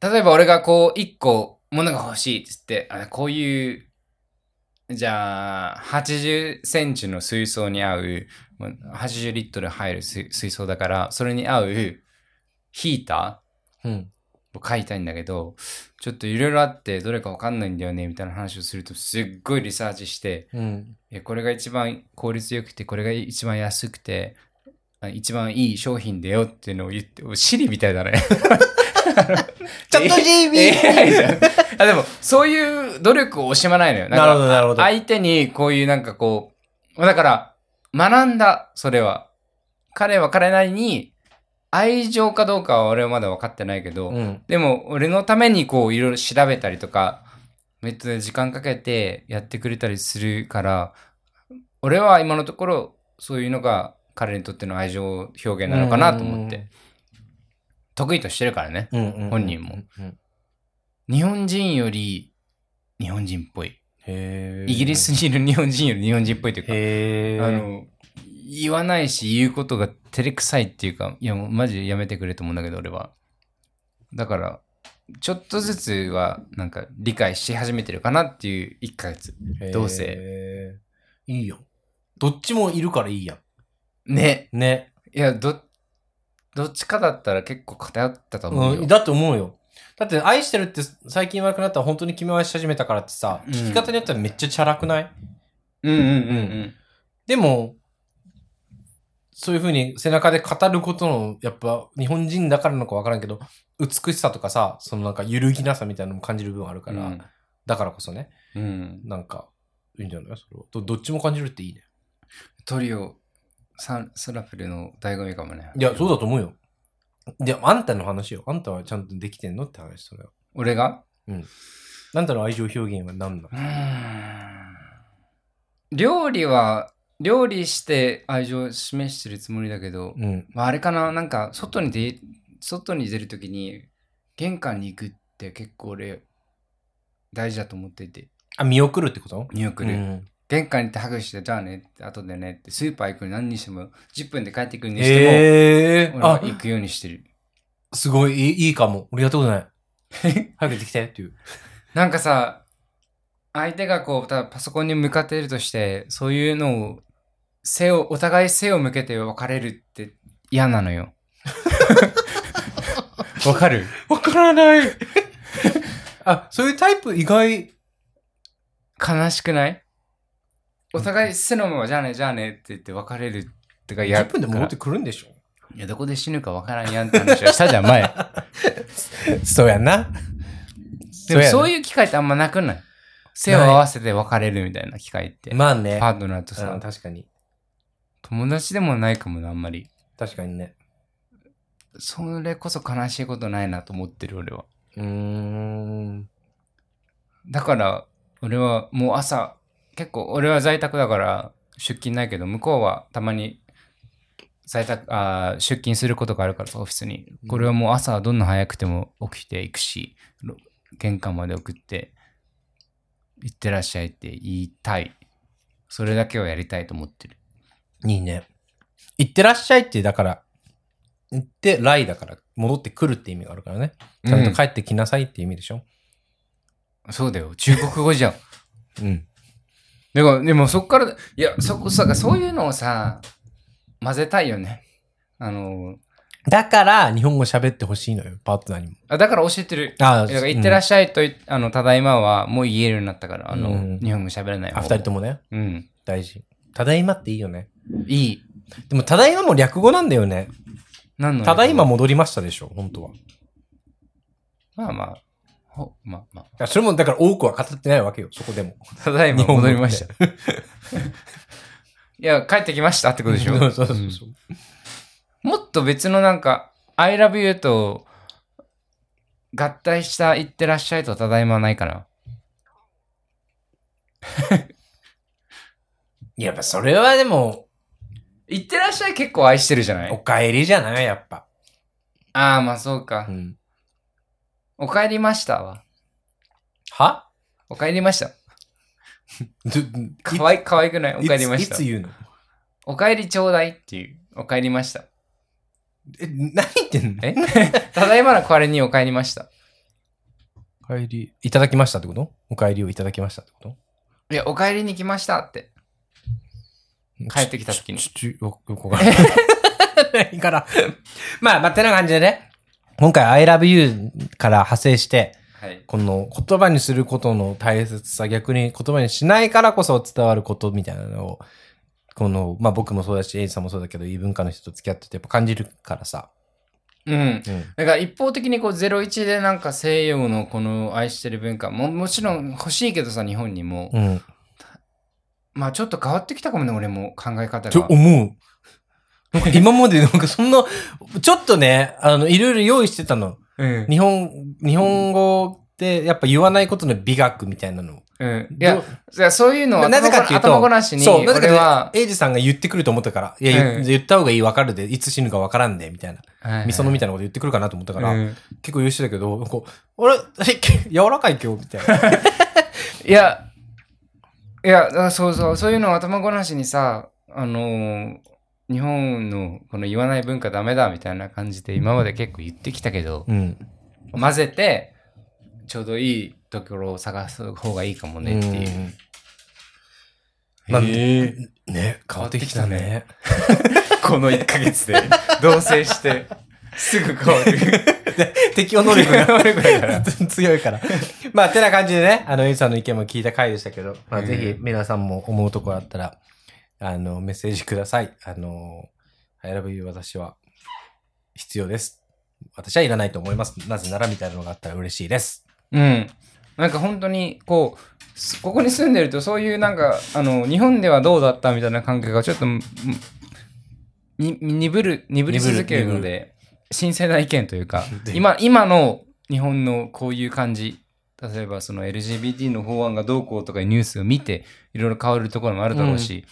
Speaker 2: 例えば俺がこう、一個物が欲しいっつって、あこういう、じゃあ、80センチの水槽に合う、まあ80リットル入る水水槽だから、それに合うヒーター
Speaker 1: うん。
Speaker 2: を買いたいんだけど、ちょっといろいろあってどれかわかんないんだよねみたいな話をするとすっごいリサーチして、
Speaker 1: うん。
Speaker 2: いやこれが一番効率よくて、これが一番安くて、あ一番いい商品だよっていうのを言って、シリみたいだね。
Speaker 1: チャット
Speaker 2: AI
Speaker 1: GB!
Speaker 2: じゃ んあでも、そういう努力を惜しまないのよ。んか
Speaker 1: なるほど、なるほど。
Speaker 2: 相手にこういうなんかこう、だから、学んだ、それは。彼は彼なりに、愛情かどうかは俺はまだ分かってないけど、
Speaker 1: うん。
Speaker 2: でも、俺のためにこう、いろいろ調べたりとか、ネットで時間かけてやってくれたりするから、俺は今のところ、そういうのが彼にとっての愛情表現なのかなと思って、得意としてるからね。
Speaker 1: うん。うん。うん
Speaker 2: 本人も。
Speaker 1: うん
Speaker 2: 日本人より、日本人っぽい。
Speaker 1: へえ。
Speaker 2: イギリスにいる日本人より日本人っぽいというか、
Speaker 1: へえ。
Speaker 2: あの、言わないし、言うことが照れくさいっていうか、いや、もうマジでやめてくれと思うんだけど、俺は。だから、ちょっとずつは、なんか、理解し始めてるかなっていう1ヶ月。
Speaker 1: へー
Speaker 2: 同性。
Speaker 1: いいよ。どっちもいるからいいや
Speaker 2: ね。
Speaker 1: ん。ね。
Speaker 2: いや、ど、どっちかだったら結構偏ったと思うよ。
Speaker 1: うん、だって思うよ。だって愛してるって最近言わなくなったら本当に君を愛し始めたからってさ、
Speaker 2: うん
Speaker 1: 聞き方によってはめっちゃチャラくない
Speaker 2: うんうんうん
Speaker 1: でも、そういうふうに背中で語ることの、やっぱ日本人だからなのかわからんけど、美しさとかさ、そのなんか揺るぎなさみたいなのも感じる部分ある
Speaker 2: う
Speaker 1: か
Speaker 2: ん。
Speaker 1: ら、だからこそね、
Speaker 2: うん。うん。
Speaker 1: なんか、いいんじゃないそれはど。どっちも感じるっていいね。
Speaker 2: トリオ、サンソラフルの醍醐味かもね。
Speaker 1: いや、そうだと思うよ。いや、あんたの話よ。あんたはちゃんとできてんのって話、それは。
Speaker 2: 俺が
Speaker 1: あんたの愛情表現は何
Speaker 2: う
Speaker 1: なの
Speaker 2: ーん料理は料理して愛情を示してるつもりだけど、
Speaker 1: うん。
Speaker 2: まあ、あれかななんか外に出外に出る時に玄関に行くって結構俺大事だと思っていて
Speaker 1: あ、見送るってこと
Speaker 2: 見送る、
Speaker 1: うん
Speaker 2: 玄関に行ってハグしてじゃあねって後でねってスーパー行くの何にしても10分で帰ってくるにして
Speaker 1: ええ
Speaker 2: も、俺は
Speaker 1: あ、
Speaker 2: 行くようにしてる
Speaker 1: すごいいいいいかも。俺やったこと ない。早く出てきてっていう。
Speaker 2: なんかさ、相手がこう、ただパソコンに向かっているとして、そういうのを、背を、お互い背を向けて別れるって嫌なのよ。わかる
Speaker 1: わからない。あ、そういうタイプ意外。
Speaker 2: 悲しくないお互い背のままじゃあね、じゃあねって言って別れるってか嫌
Speaker 1: 10分で戻ってくるんでしょ
Speaker 2: いや、どこで死ぬかわからんやんって話をしたじゃん、 前。
Speaker 1: そうやな。
Speaker 2: でもそう
Speaker 1: い
Speaker 2: いう機会ってあんまなくない背を合わせて別れるみたいな機会って。
Speaker 1: まあね。
Speaker 2: パートナーと
Speaker 1: う
Speaker 2: さ
Speaker 1: ん、確かに。
Speaker 2: 友達でもないかもな、あんまり。
Speaker 1: 確かにね。
Speaker 2: それこそ悲しいことないなと思ってる俺は。
Speaker 1: うーん。
Speaker 2: だから、俺はもう朝、結構俺は在宅だから出勤ないけど、向こうはたまに在宅あー出勤することがあるからさ、オフィスに。これはもう朝どんな早くても起きていくし、ろ玄関まで送って、行ってらっしゃいって言いたい。それだけはやりたいと思ってる。
Speaker 1: いいね。行ってらっしゃいって、だから、行って来だから、戻ってくるって意味があるからね。ちゃんと帰ってきなさいって意味でしょ。
Speaker 2: そうだよ。中国語じゃん。
Speaker 1: うん。
Speaker 2: でも、でもそっから、いや、そこ、そうか、そういうのをさ、混ぜたいよね。あの、
Speaker 1: だから、日本語喋ってほしいのよ、パートナーにも。
Speaker 2: あだから教えてる。
Speaker 1: あ
Speaker 2: だから、いってらっ
Speaker 1: し
Speaker 2: しゃいとい、あの、ただいまは、もう言えるようになったから、あの、
Speaker 1: うん
Speaker 2: 日本語喋らない
Speaker 1: あ、
Speaker 2: 方。
Speaker 1: 二人ともね。
Speaker 2: うん。
Speaker 1: 大事。ただいまっていいよね。
Speaker 2: いい。
Speaker 1: でも、ただいまも略語なんだよね。
Speaker 2: なんの
Speaker 1: ただいま戻りましたでしょ、本当は。い
Speaker 2: まあまあ。ほまあまあ。
Speaker 1: やそれも、だから多くは語ってないわけよ、そこでも。
Speaker 2: ただいま
Speaker 1: 日本語
Speaker 2: 戻
Speaker 1: って
Speaker 2: りました。 いや、帰ってきましたってことでしょ。
Speaker 1: そうそうそうそう。
Speaker 2: うんもっと別のなんか、I love you と合体したいってらっしゃいとただいまはないかな。
Speaker 1: いややっぱそれはでも、
Speaker 2: いってらっしゃい結構愛してるじゃな
Speaker 1: お
Speaker 2: い
Speaker 1: かえりじゃないやっぱ。
Speaker 2: ああ、まあそうか
Speaker 1: う。ん。
Speaker 2: お帰りましたわ。
Speaker 1: は
Speaker 2: お帰りました。
Speaker 1: ど
Speaker 2: かわい、かわいくないお帰りまし
Speaker 1: い
Speaker 2: た
Speaker 1: つ。いつ言うの
Speaker 2: お帰りちょうだいっていう。お帰りました。
Speaker 1: え、何言ってんの
Speaker 2: えただいまの代わりにお帰りました。
Speaker 1: お帰り、いただきましたってことお帰りをいただきましたってこと
Speaker 2: いや、お帰りに来ましたって。帰ってきた時に
Speaker 1: ちちちよよくわ かんない。ないから。まあ、まあ、てな感じでね。今回、I love you から派生して、
Speaker 2: はい。
Speaker 1: この言葉にすることの大切さ、逆に言葉にしないからこそ伝わることみたいなのを、この、まあ僕もそうだし、エイジさんもそうだけど、異文化の人と付き合っててやっぱ感じるからさ。
Speaker 2: うん。
Speaker 1: うん。
Speaker 2: だから一方的にこう01でなんか西洋のこの愛してる文化ももちろん欲しいけどさ日本にも、
Speaker 1: うん。
Speaker 2: まあちょっと変わってきたかもね俺も考え方
Speaker 1: と
Speaker 2: が
Speaker 1: 思う。なんか今までなんかそんな、ちょっとね、あの、いろいろ用意してたの。
Speaker 2: うん、
Speaker 1: 日本、日本語ってやっぱ言わないことの美学みたいなの。
Speaker 2: うん、いや
Speaker 1: どう
Speaker 2: いやそういうのは
Speaker 1: なぜかっていうと
Speaker 2: 頭ごなしに
Speaker 1: そう、なぜ
Speaker 2: 俺
Speaker 1: か
Speaker 2: は
Speaker 1: エイジさんが言ってくると思ったから、いや、言
Speaker 2: うん
Speaker 1: 言った方がいい、わかるで、いつ死ぬかわからんで、みたいな。
Speaker 2: はい
Speaker 1: みそのみたいなこと言ってくるかなと思ったから、
Speaker 2: うん
Speaker 1: 結構用意してたけど、こう、あれ、 え柔らかい今日、みたい な。
Speaker 2: いやいやだからそうそうそういうのを頭ごなしにさあのー日本のこの言わない文化ダメだみたいな感じで今まで結構言ってきたけど、
Speaker 1: うん。
Speaker 2: 混ぜてちょうどいいところを探す方がいいかもねっていう。
Speaker 1: うんまあ、ね、変わってきたね。
Speaker 2: この1ヶ月で同棲してすぐ変わる。
Speaker 1: 適応能力が
Speaker 2: ら
Speaker 1: 強いから。まあ、てな感じでね、あの、エイジさんの意見も聞いた回でしたけど、まあ、
Speaker 2: うん
Speaker 1: ぜひ皆さんも思うところあったら、あの、メッセージください。あの、I love you 私は必要です。私はいらないと思います。なぜならみたいなのがあったら嬉しいです。
Speaker 2: うん。なんか本当にこう、すここに住んでるとそういうなんか、あの、日本ではどうだったみたいな感覚がちょっと、んに、鈍る、鈍り続けるので、新鮮な意見というか、今、今の日本のこういう感じ、例えばその LGBT の法案がどうこうとかいうニュースを見て、いろいろ変わるところもあるだろうし、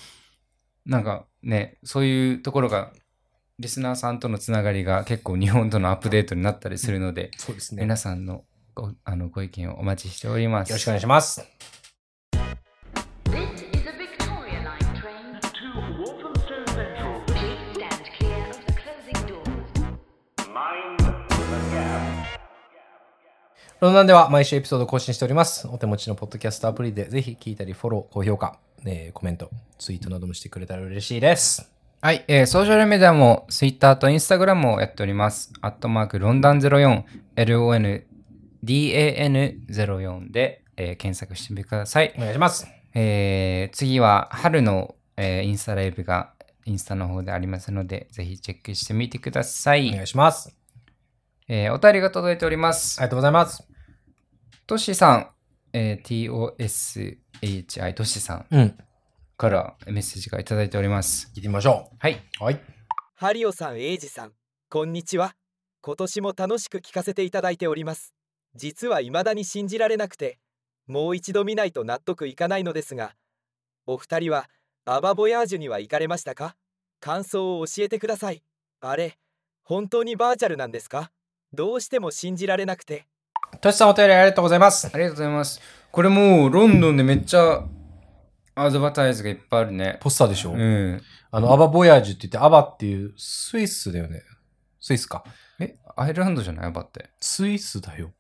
Speaker 2: なんかね、そういうところが、リスナーさんとのつながりが結構日本とのアップデートになったりするので、
Speaker 1: そうですよ
Speaker 2: 皆さんのごあのご意見をお待ちしております。
Speaker 1: ろしくお願いします。
Speaker 4: This is a Victoria Line train to Walthamstow Central. Please stand clear of the closing doors.
Speaker 1: ロンダンでは毎週エピソード更新しております。お手持ちのポッドキャストアプリでぜひ聞いたりフォロー、高評価、えーコメント、ツイートなどもしてくれたら嬉しいです。
Speaker 2: はい、えーソーシャルメディアも Twitter と Instagram をやっております。アットマークロンダン04、LONDAN04 で、えー検索してみてください。
Speaker 1: お願いします。
Speaker 2: えー次は春の、えーインスタライブがインスタの方でありますので、ぜひチェックしてみてくださ
Speaker 1: お願
Speaker 2: い。
Speaker 1: いします。
Speaker 2: えーお便りが届いております
Speaker 1: あ。りがとうございます。
Speaker 2: トシさん、えー TOSHI トシさん
Speaker 1: うん。聞
Speaker 2: からメッセージがいただいております。
Speaker 1: いてみましょ
Speaker 2: はい。
Speaker 1: う。はい。
Speaker 5: ハリオさん、エイジさん、こんにちは。今年も楽しく聞かせていただいております。実は未だに信じられなくて、もう一度見ないと納得いかないのですが、お二人はアバボヤージュには行かれましたか感想を教えてください。あれ、本当にバーチャルなんですかどうしても信じられなくて。
Speaker 1: としさんお便りありがとうございます。
Speaker 2: ありがとうございます。これもうロンドンでめっちゃアドバタイズがいっぱいあるね。
Speaker 1: ポスターでしょ、
Speaker 2: うん。
Speaker 1: あの、アバボヤージュって言って、アバっていうスイスだよね。スイスか。
Speaker 2: え、アイルランドじゃないアバって。
Speaker 1: スイスだよ。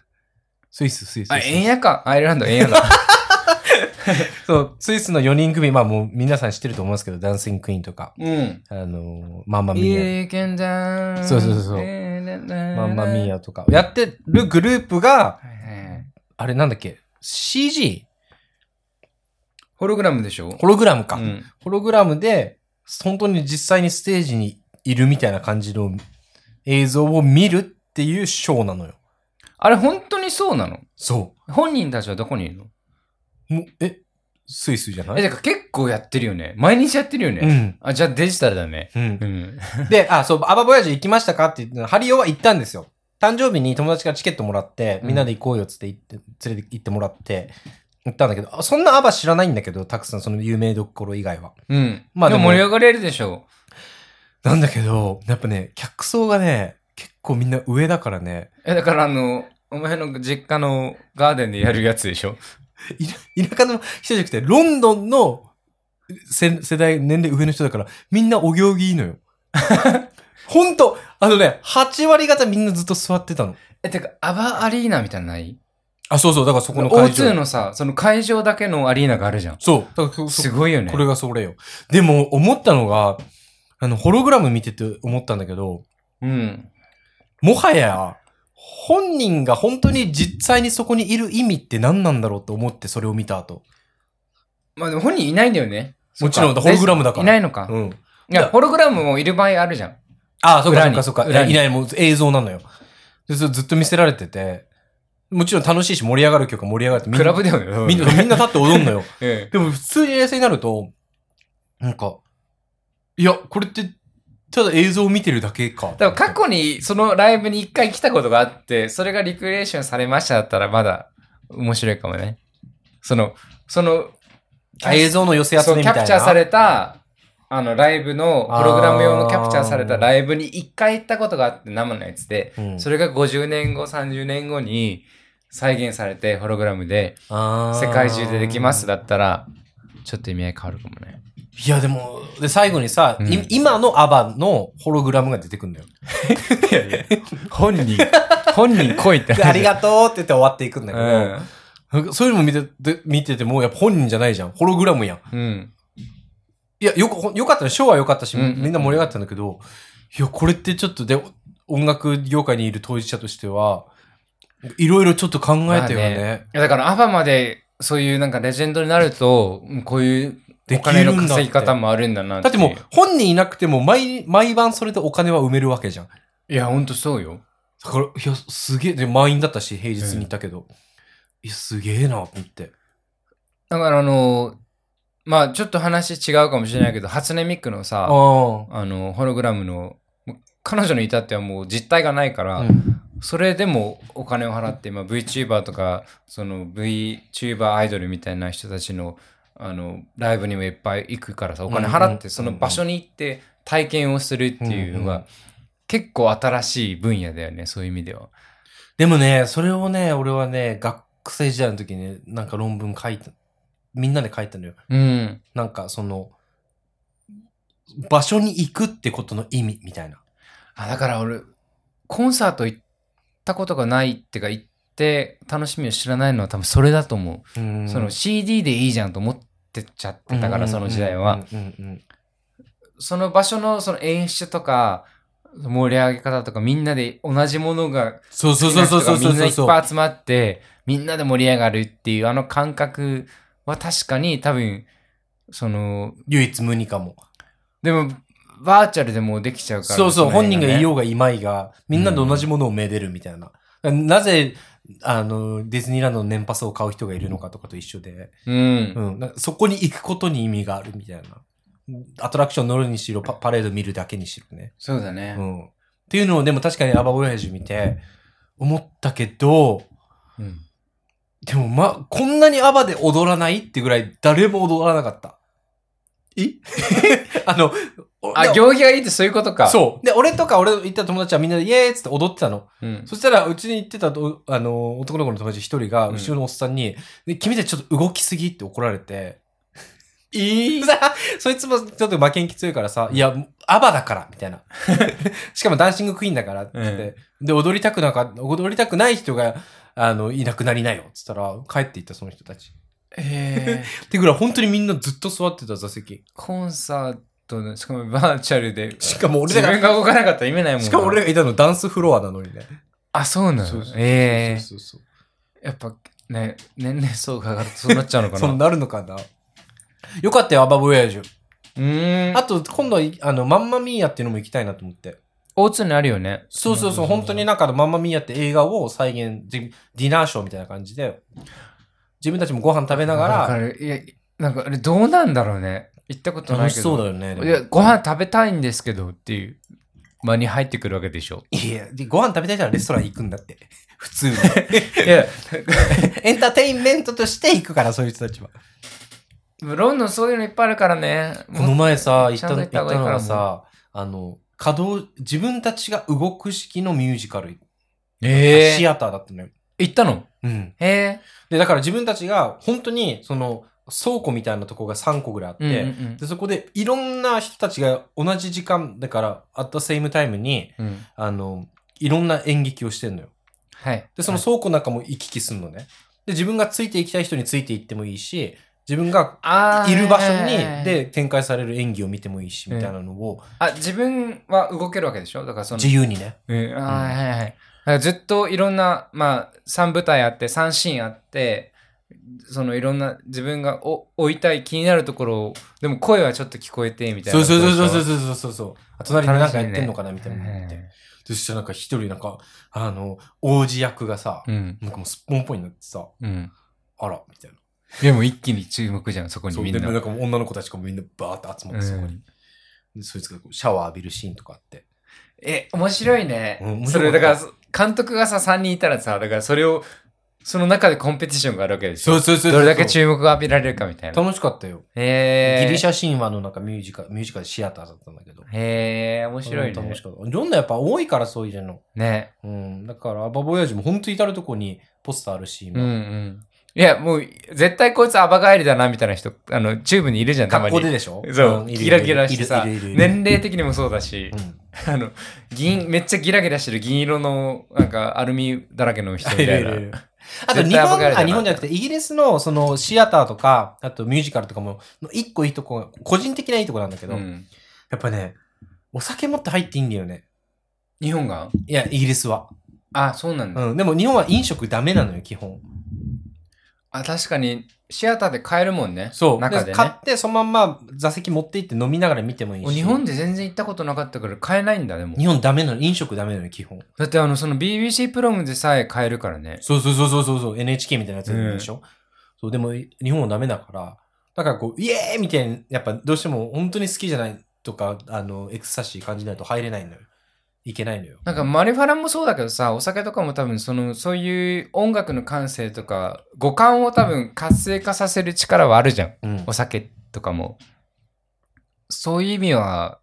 Speaker 1: スイス、スイス。
Speaker 2: あ、
Speaker 1: スイス
Speaker 2: 円やか。アイルランド円や だ。
Speaker 1: そう、スイスの4人組、まあもう皆さん知ってると思うんですけど、ダンシングクイーンとか、
Speaker 2: うん。
Speaker 1: あのー、マンマミー
Speaker 2: いいけんじゃん。
Speaker 1: そうそうそうア、
Speaker 2: ま
Speaker 1: マンマミー
Speaker 2: ア。
Speaker 1: アとか、やってるグループ
Speaker 2: は
Speaker 1: が、
Speaker 2: いはい
Speaker 1: あれなんだっけ、CG?
Speaker 2: ホログラムでしょ
Speaker 1: ホログラムか。
Speaker 2: うん
Speaker 1: ホログラムで、本当に実際にステージにいるみたいな感じの映像を見るっていうショーなのよ。
Speaker 2: あれ、本当にそうなの
Speaker 1: そ
Speaker 2: 本人たちはどこにいるの
Speaker 1: う。もうえ、スイスじゃない
Speaker 2: え、てか結構やってるよね。毎日やってるよ
Speaker 1: う
Speaker 2: ね。
Speaker 1: ん。
Speaker 2: あ、じゃあデジタルだね。
Speaker 1: うん
Speaker 2: う、ん。
Speaker 1: で、あ、そう、アバボヤージュ行きましたかって言って、ハリオは行ったんですよ。誕生日に友達からチケットもらって、
Speaker 2: うん
Speaker 1: みんなで行こうよっつって行って、連れて行ってもらって、行ったんだけど、あそんなアバ知らないんだけど、たくさんその有名どころ以外は。
Speaker 2: うん。ま
Speaker 1: まあ
Speaker 2: あ
Speaker 1: で
Speaker 2: で
Speaker 1: も
Speaker 2: も盛り上がれるでしょ
Speaker 1: なんだけど、やっぱね、客層がね、結構みんな上だからね
Speaker 2: う。、え、だからあの、お前の実家のガーデンでやるやつでしょ
Speaker 1: い田舎の人じゃなくて、ロンドンの世世代、年齢上の人だから、みんなお行儀いい のよ。ほんと、あのね、8割方みんなずっと座ってたの。
Speaker 2: え、てか、アバアリーナみたいなのない
Speaker 1: あ、そうそう、だからそこの会場
Speaker 2: ?O2。のさ、その会場だけのアリーナがあるじゃん。
Speaker 1: そう、だからそ
Speaker 2: すごいよね。
Speaker 1: これがそれよ。でも、思ったのが、あの、ホログラム見てて思ったんだけど、
Speaker 2: うん。
Speaker 1: もはや、本人が本当に実際にそこにいる意味って何なんだろうと思ってそれを見た後。
Speaker 2: まあでも本人いないんだよね。
Speaker 1: もちろん、
Speaker 2: そっ
Speaker 1: ホログラムだから。
Speaker 2: いないのか。
Speaker 1: うん。
Speaker 2: いや、ホログラムもいる場合あるじゃん。
Speaker 1: ああ、そうか、
Speaker 2: 裏
Speaker 1: そう
Speaker 2: に
Speaker 1: か、そうか。い
Speaker 2: 裏
Speaker 1: や
Speaker 2: に
Speaker 1: いない、もう映像なのよ。で、それずっと見せられてて、もちろん楽しいし盛り上がる曲は盛り上がって、みん
Speaker 2: ク
Speaker 1: な
Speaker 2: ラ、ブだよね。
Speaker 1: みんな、みんな立って踊んのよ。
Speaker 2: え
Speaker 1: でも普通に冷静になると、なんか、いや、これって、ただ映像を見てるだけか。
Speaker 2: え。だから過去にそのライブに一回来たことがあって、それがリクリエーションされましただったらまだ面白いかもね。その、その、
Speaker 1: あ映像の寄せ集
Speaker 2: そう
Speaker 1: めみ
Speaker 2: キ
Speaker 1: たいな。
Speaker 2: ャプチャーされた、あの、ライブの、プログラム用のキャプチャーされたライブに一回行ったことがあって生のやつで、
Speaker 1: うん
Speaker 2: それが50年後、30年後に再現されて、ホログラムで、
Speaker 1: あー
Speaker 2: 世界中でできます。だったら、ちょっと意味合い変わるかもね。
Speaker 1: いや、でも、で、最後にさ、
Speaker 2: うん
Speaker 1: い今のアバのホログラムが出てく んだよ。
Speaker 2: 本人、本人来いって
Speaker 1: で、ありがとうって言って終わっていくんだけど、
Speaker 2: う。
Speaker 1: なんかそういうの見てて、見てても、やっぱ本人じゃないじゃん。ホログラムやん。
Speaker 2: うん。うん。
Speaker 1: いや、よく、ほんよかったね。ショーは良かったし、
Speaker 2: うんうんうん
Speaker 1: みんな盛り上がったんだけど、いや、これってちょっとで、音楽業界にいる当事者としては、いろいろちょっと考えたよね。
Speaker 2: まあいやだから、アバまで、そういうなんかレジェンドになると、こういう
Speaker 1: で
Speaker 2: お
Speaker 1: きる
Speaker 2: 金
Speaker 1: んだ
Speaker 2: の
Speaker 1: って
Speaker 2: 稼ぎ方もあるんだな
Speaker 1: だっても、
Speaker 2: いう
Speaker 1: 本人いなくても毎、毎晩それでお金は埋めるわけじゃん。
Speaker 2: いや、ほんとそうよ。
Speaker 1: だから、いや、すげえ、で、満員だったし、平日に行ったけど、いや、すげえな、って言って。
Speaker 2: だからあの、まあちょっと話違うかもしれないけど、初音ミクの
Speaker 1: あ
Speaker 2: さ、
Speaker 1: あ。
Speaker 2: あの、ホログラムの、彼女に至ってはもう実体がないから、
Speaker 1: うん
Speaker 2: それでもお金を払って、まあ、VTuber とか、その VTuber アイドルみたいな人たちの、あの、ライブにもいっぱい行くからさ、お金
Speaker 1: うんうん
Speaker 2: 払
Speaker 1: う
Speaker 2: っ
Speaker 1: んう
Speaker 2: て、
Speaker 1: ん
Speaker 2: その場所に行って体験をするっていうの
Speaker 1: うんうん
Speaker 2: が、結構新しい分野だよね、そういう意味では。
Speaker 1: でもね、それをね、俺はね、学生時代の時にね、なんか論文書いた、みんなで書いたのよ。
Speaker 2: うん。
Speaker 1: なんかその、場所に行くってことの意味みたいな。
Speaker 2: あだから俺コンサート行ったことがないってか行って楽しみを知らないのは多分それだと思う、その CD でいいじゃんと思ってっちゃってたからその時代は、
Speaker 1: うんうんうんうん。
Speaker 2: その場所のその演出とか盛り上げ方とかみんなで同じものが
Speaker 1: そうそう
Speaker 2: 好き
Speaker 1: そ
Speaker 2: な
Speaker 1: うそ
Speaker 2: 人
Speaker 1: う
Speaker 2: が
Speaker 1: そう
Speaker 2: みんな
Speaker 1: そう
Speaker 2: いっぱい集まってみんなで盛り上がるっていうあの感覚は確かに多分その
Speaker 1: 唯一無二かも。
Speaker 2: でもバーチャルでもうできちゃうから
Speaker 1: そうそう、
Speaker 2: の
Speaker 1: 本
Speaker 2: 辺
Speaker 1: 人
Speaker 2: ね
Speaker 1: がいようがいまいが、みんなで同じものをめでるみたいな。なぜ、あの、ディズニーランドの年パスを買う人がいるのかとかと一緒で、
Speaker 2: うん
Speaker 1: うん、なんかそこに行くことに意味があるみたいな。アトラクション乗るにしろ、パパレード見るだけにしろね。
Speaker 2: そうだね、
Speaker 1: うん。っていうのを、でも確かにアバオヤジュ見て、思ったけど、
Speaker 2: うん
Speaker 1: でもま、こんなにアバで踊らないってぐらい誰も踊らなかった。え あの、お
Speaker 2: あ、
Speaker 1: で
Speaker 2: 行儀がいいってそういうことか。
Speaker 1: そう。で、俺とか俺の行った友達はみんなでイエーイっつって踊ってたの。
Speaker 2: う。ん、
Speaker 1: そしたら、うちに行ってたと、あの、男の子の友達一人が、
Speaker 2: うん
Speaker 1: 後ろのおっさんに、で君たちちょっと動きすぎって怒られて、 いい そいつもちょっと負けん気強いからさ、いや、アバだから、みたい な。しかもダンシングクイーンだからって言って、で、踊りたくなか、踊りたくない人が、あの、いなくなりなよ。つったら、帰っていったその人たち。
Speaker 2: えー、
Speaker 1: ってぐらい、本当にみんなずっと座ってた座席。
Speaker 2: コンサートの、しかもバーチャルで、
Speaker 1: しかも俺
Speaker 2: 自
Speaker 1: らが
Speaker 2: 分が動かなかったら意味ないもんな
Speaker 1: しかも俺らがいたのダンスフロアなのにね。
Speaker 2: あ、そうな
Speaker 1: そう
Speaker 2: の
Speaker 1: そう
Speaker 2: ええ
Speaker 1: そうそうそう
Speaker 2: やっぱね、年々層が上がるとそうなっちゃうのかな。
Speaker 1: そうなるのかな。よかったよ、アバブエージュ。
Speaker 2: うーん。
Speaker 1: あと、今度は、あの、マンマミーヤっていうのも行きたいなと思って。
Speaker 2: 大津にあるよね。
Speaker 1: そうそうそう、本当に。なんかあのマンマミーヤって映画を再現、ディディナーショーみたいな感じで、自分たちもご飯食べなが、
Speaker 2: わからるいや、なんかあれどうなんだろうね。行ったことな
Speaker 1: 楽
Speaker 2: いけ
Speaker 1: し
Speaker 2: ど。
Speaker 1: そうだよね。でも
Speaker 2: いや、ご飯食べたいんですけどっていう間に入ってくるわけでしょ。
Speaker 1: いや、でご飯食べたいからレストラン行くんだって。 普 通に。
Speaker 2: いや、
Speaker 1: エンターテインメントとして行くから、そういう人たちは。
Speaker 2: ロンドンそういうのいっぱいあるからね。
Speaker 1: この前さ、行った
Speaker 2: ちゃん
Speaker 1: 行
Speaker 2: と行
Speaker 1: っ
Speaker 2: ったた方
Speaker 1: の
Speaker 2: がいいから
Speaker 1: がさ、あの、稼働、自分たちが動く式のミュージカル、
Speaker 2: え
Speaker 1: シ
Speaker 2: え
Speaker 1: アターだったのよ。
Speaker 2: 行ったの
Speaker 1: うん。
Speaker 2: え
Speaker 1: で、だから自分たちが、本当に、その、倉庫みたいなとこが3個ぐらいあっ
Speaker 2: え
Speaker 1: て、で、そこで、いろんな人たちが同じ時間、だから、アットセイムタイムに、
Speaker 2: うんうん。
Speaker 1: あの、いろんな演劇をしてんのよ。
Speaker 2: はい。
Speaker 1: で、その
Speaker 2: はい
Speaker 1: 倉庫なんかも行き来すんのね。で、自分がついていきたい人についていってもいいし、自分が
Speaker 2: あー
Speaker 1: いる場所に、で、展開される演技を見てもいいし、みたいなのを、
Speaker 2: あ、自分は動けるわけでしょだからその
Speaker 1: 自、由にね。
Speaker 2: うん、あーはいはいはい。だからずっといろんな、まあ、3舞台あって、3シーンあって、そのいろんな自分がお置いたい気になるところを、でも声はちょっと聞こえてみたいな
Speaker 1: そう
Speaker 2: こと
Speaker 1: そ
Speaker 2: でしょ。
Speaker 1: うそうそうそうそうそうそう。あ隣でなんかやってんのかな、み
Speaker 2: 楽
Speaker 1: た
Speaker 2: しい
Speaker 1: い
Speaker 2: ね
Speaker 1: なの思って。そしたらなんか一人なんか、あの、王子役がさ、
Speaker 2: うん。
Speaker 1: なんかもうすっぽんっぽいになってさ、
Speaker 2: うん。
Speaker 1: あら、みたいな。
Speaker 2: でも一気に注目じゃん、そこに
Speaker 1: そう
Speaker 2: み
Speaker 1: で、
Speaker 2: んな。
Speaker 1: なんかもう女の子たちがみんなバーって集まってそこに。
Speaker 2: うん
Speaker 1: でそいつがこうシャワー浴びるシーンとかあって。
Speaker 2: え、面白いね。
Speaker 1: うん面
Speaker 2: そ
Speaker 1: 白
Speaker 2: れだ
Speaker 1: かっ
Speaker 2: か
Speaker 1: た
Speaker 2: ら、監督がさ、3人いたらさ、だからそれを、その中でコンペティションがあるわけでしょ。
Speaker 1: うそうそ
Speaker 2: どれだけ注目を浴びられるかみたいな。
Speaker 1: 楽しかったよ。
Speaker 2: へー
Speaker 1: ギリシャ神話のなんかミュージカル、ミュージカルシアターだったんだけど。
Speaker 2: へえ、面白い
Speaker 1: うん
Speaker 2: ね
Speaker 1: 楽し。かった。いろんなやっぱ多いからそういうの。
Speaker 2: ね。
Speaker 1: うん。だから、アバボヤージュも本当至るとこにポスターあるし、
Speaker 2: うん
Speaker 1: 今。
Speaker 2: うん。いや、もう、絶対こいつアバガエリだな、みたいな人、あの、チューブにいるじゃん、たま
Speaker 1: 格
Speaker 2: に。
Speaker 1: 好ででしょ
Speaker 2: そう、
Speaker 1: んいる
Speaker 2: ギラギラしてさ、
Speaker 1: いるいるいるいる
Speaker 2: 年齢的にもそうだし
Speaker 1: う、ん
Speaker 2: あの、銀、めっちゃギラギラしてる銀色の、なんか、アルミだらけの人みたい
Speaker 1: いるいるい
Speaker 2: な。
Speaker 1: るあと
Speaker 2: 絶
Speaker 1: 日
Speaker 2: 対アバガエ
Speaker 1: 本、
Speaker 2: ルだ
Speaker 1: あ、
Speaker 2: な
Speaker 1: 日本じゃなくて、イギリスのそのシアターとか、あとミュージカルとかも、の一個いいとこ、個人的ないいとこなんだけど、
Speaker 2: う
Speaker 1: や
Speaker 2: ん
Speaker 1: っぱね、お酒持って入っていいんだよね。
Speaker 2: 日本が
Speaker 1: いや、イギリスは。
Speaker 2: あ、そうなんだ。
Speaker 1: うん。でも日本は飲食ダメなのよ、基本。
Speaker 2: あ、確かに、シアターで買えるもんね。
Speaker 1: そう。
Speaker 2: 中
Speaker 1: で
Speaker 2: で
Speaker 1: 買っ
Speaker 2: ね。
Speaker 1: て、そのまんま座席持って行って飲みながら見てもいい
Speaker 2: お
Speaker 1: し。
Speaker 2: 日本で全然行ったことなかったから買えないんだ、でも。
Speaker 1: 日本ダメなの、飲食ダメなの、基本。
Speaker 2: だって、あの、その BBC プロムでさえ買えるからね。
Speaker 1: そうそうそうそうそうそう、NHK みたいなやつでしょ、そう、でも日本はダメだから、だからこう、イエーイみたいに、やっぱどうしても本当に好きじゃないとか、あの、エクサシー感じないと入れないのよ。いけないのよ。
Speaker 2: なんかマリファラもそうだけどさ、お酒とかも多分その、そういう音楽の感性とか、五感を多分活性化させる力はあるじゃん。
Speaker 1: うん
Speaker 2: お。酒とかも。そういう意味は、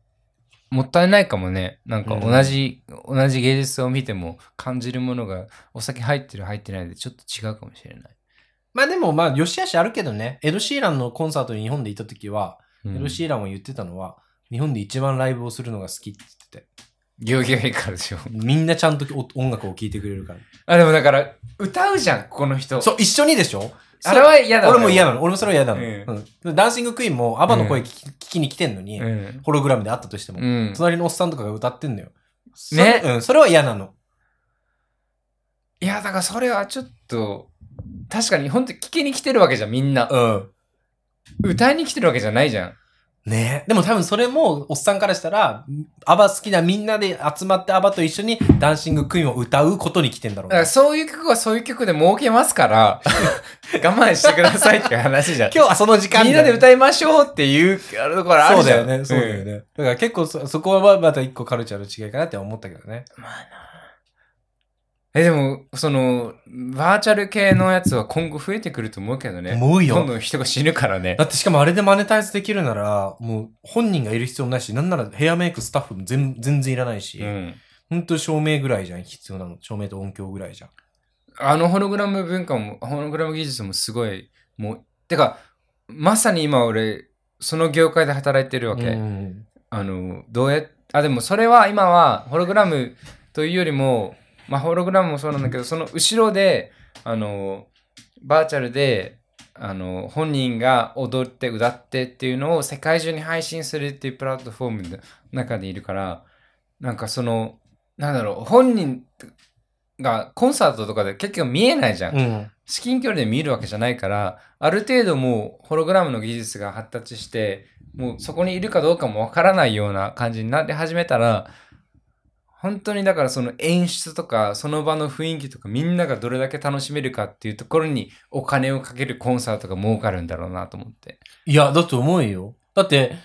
Speaker 2: もったいないかもね。なんか同じ、同じ芸術を見ても感じるものが、お酒入ってる入ってないでちょっと違うかもしれない。
Speaker 1: まあでも、まあ、よしあしあるけどね、エド・シーランのコンサートに日本で行った時は、
Speaker 2: うん
Speaker 1: エド・シーランは言ってたのは、日本で一番ライブをするのが好きって言ってて、
Speaker 2: 行儀がいいからでしょ。
Speaker 1: みんなちゃんとお音楽を聴いてくれるから。
Speaker 2: あ、でもだから、歌うじゃん、この人。
Speaker 1: そう、一緒にでしょ
Speaker 2: あれは嫌だ。
Speaker 1: 俺も嫌なの。俺もそれは嫌なの。
Speaker 2: え
Speaker 1: うんダンシング・クイーンも、アバの声聞き,、聞きに来てんのに、
Speaker 2: うん。
Speaker 1: ホログラムであったとしても、
Speaker 2: うん。
Speaker 1: 隣のおっさんとかが歌ってんのよ。そ
Speaker 2: ね
Speaker 1: うん、それは嫌なの。
Speaker 2: いや、だからそれはちょっと、確かに本当に聞きに来てるわけじゃん、みんな。
Speaker 1: うん。
Speaker 2: 歌いに来てるわけじゃないじゃん。
Speaker 1: ねでも多分それも、おっさんからしたら、アバ好きなみんなで集まってアバと一緒にダンシング・クイーンを歌うことに来てんだ
Speaker 2: だ
Speaker 1: ろう
Speaker 2: か
Speaker 1: ね、
Speaker 2: らそういう曲はそういう曲で儲けますから、 我慢してくださいって話 じゃん。
Speaker 1: 今日はその時間
Speaker 2: みんなで
Speaker 1: い
Speaker 2: 歌いましょうっていう、あれところあ
Speaker 1: そ
Speaker 2: る
Speaker 1: う
Speaker 2: じ
Speaker 1: だ
Speaker 2: ゃ
Speaker 1: よ
Speaker 2: ん。
Speaker 1: ね。そうだよね。だから結構そ、そこはまた一個カルチャーの違いかなって思ったけどね。
Speaker 2: うんえ、でも、その、バーチャル系のやつは今後増えてくると思うけどね。
Speaker 1: 思うよ
Speaker 2: どんどん人が死ぬからね
Speaker 1: だ。ってしかもあれでマネタイズできるなら、もう本人がいる必要もないし、なんならヘアメイクスタッフも全全然いらないし、
Speaker 2: うん。
Speaker 1: ほんと照明ぐらいじゃん、必要なの。照明と音響ぐらいじゃん。
Speaker 2: あのホログラム文化も、ホログラム技術もすごい、もう、てか、まさに今俺、その業界で働いてるわけ。
Speaker 1: うん
Speaker 2: あの、どうやあ、でもそれは今は、ホログラムというよりも、まあ、ホログラムもそうなんだけど、その後ろで、あのバーチャルであの本人が踊って歌ってっていうのを世界中に配信するっていうプラットフォームの中でいるからなんかそのなんだろう本人がコンサートとかで結局見えないじゃん、
Speaker 1: うん。
Speaker 2: 至近距離で見えるわけじゃないからある程度もうホログラムの技術が発達してもうそこにいるかどうかもわからないような感じになって始めたら本当にだからその演出とかその場の雰囲気とかみんながどれだけ楽しめるかっていうところにお金をかけるコンサートが儲かるんだろうなと思って。
Speaker 1: いや、だと思うよ。だって、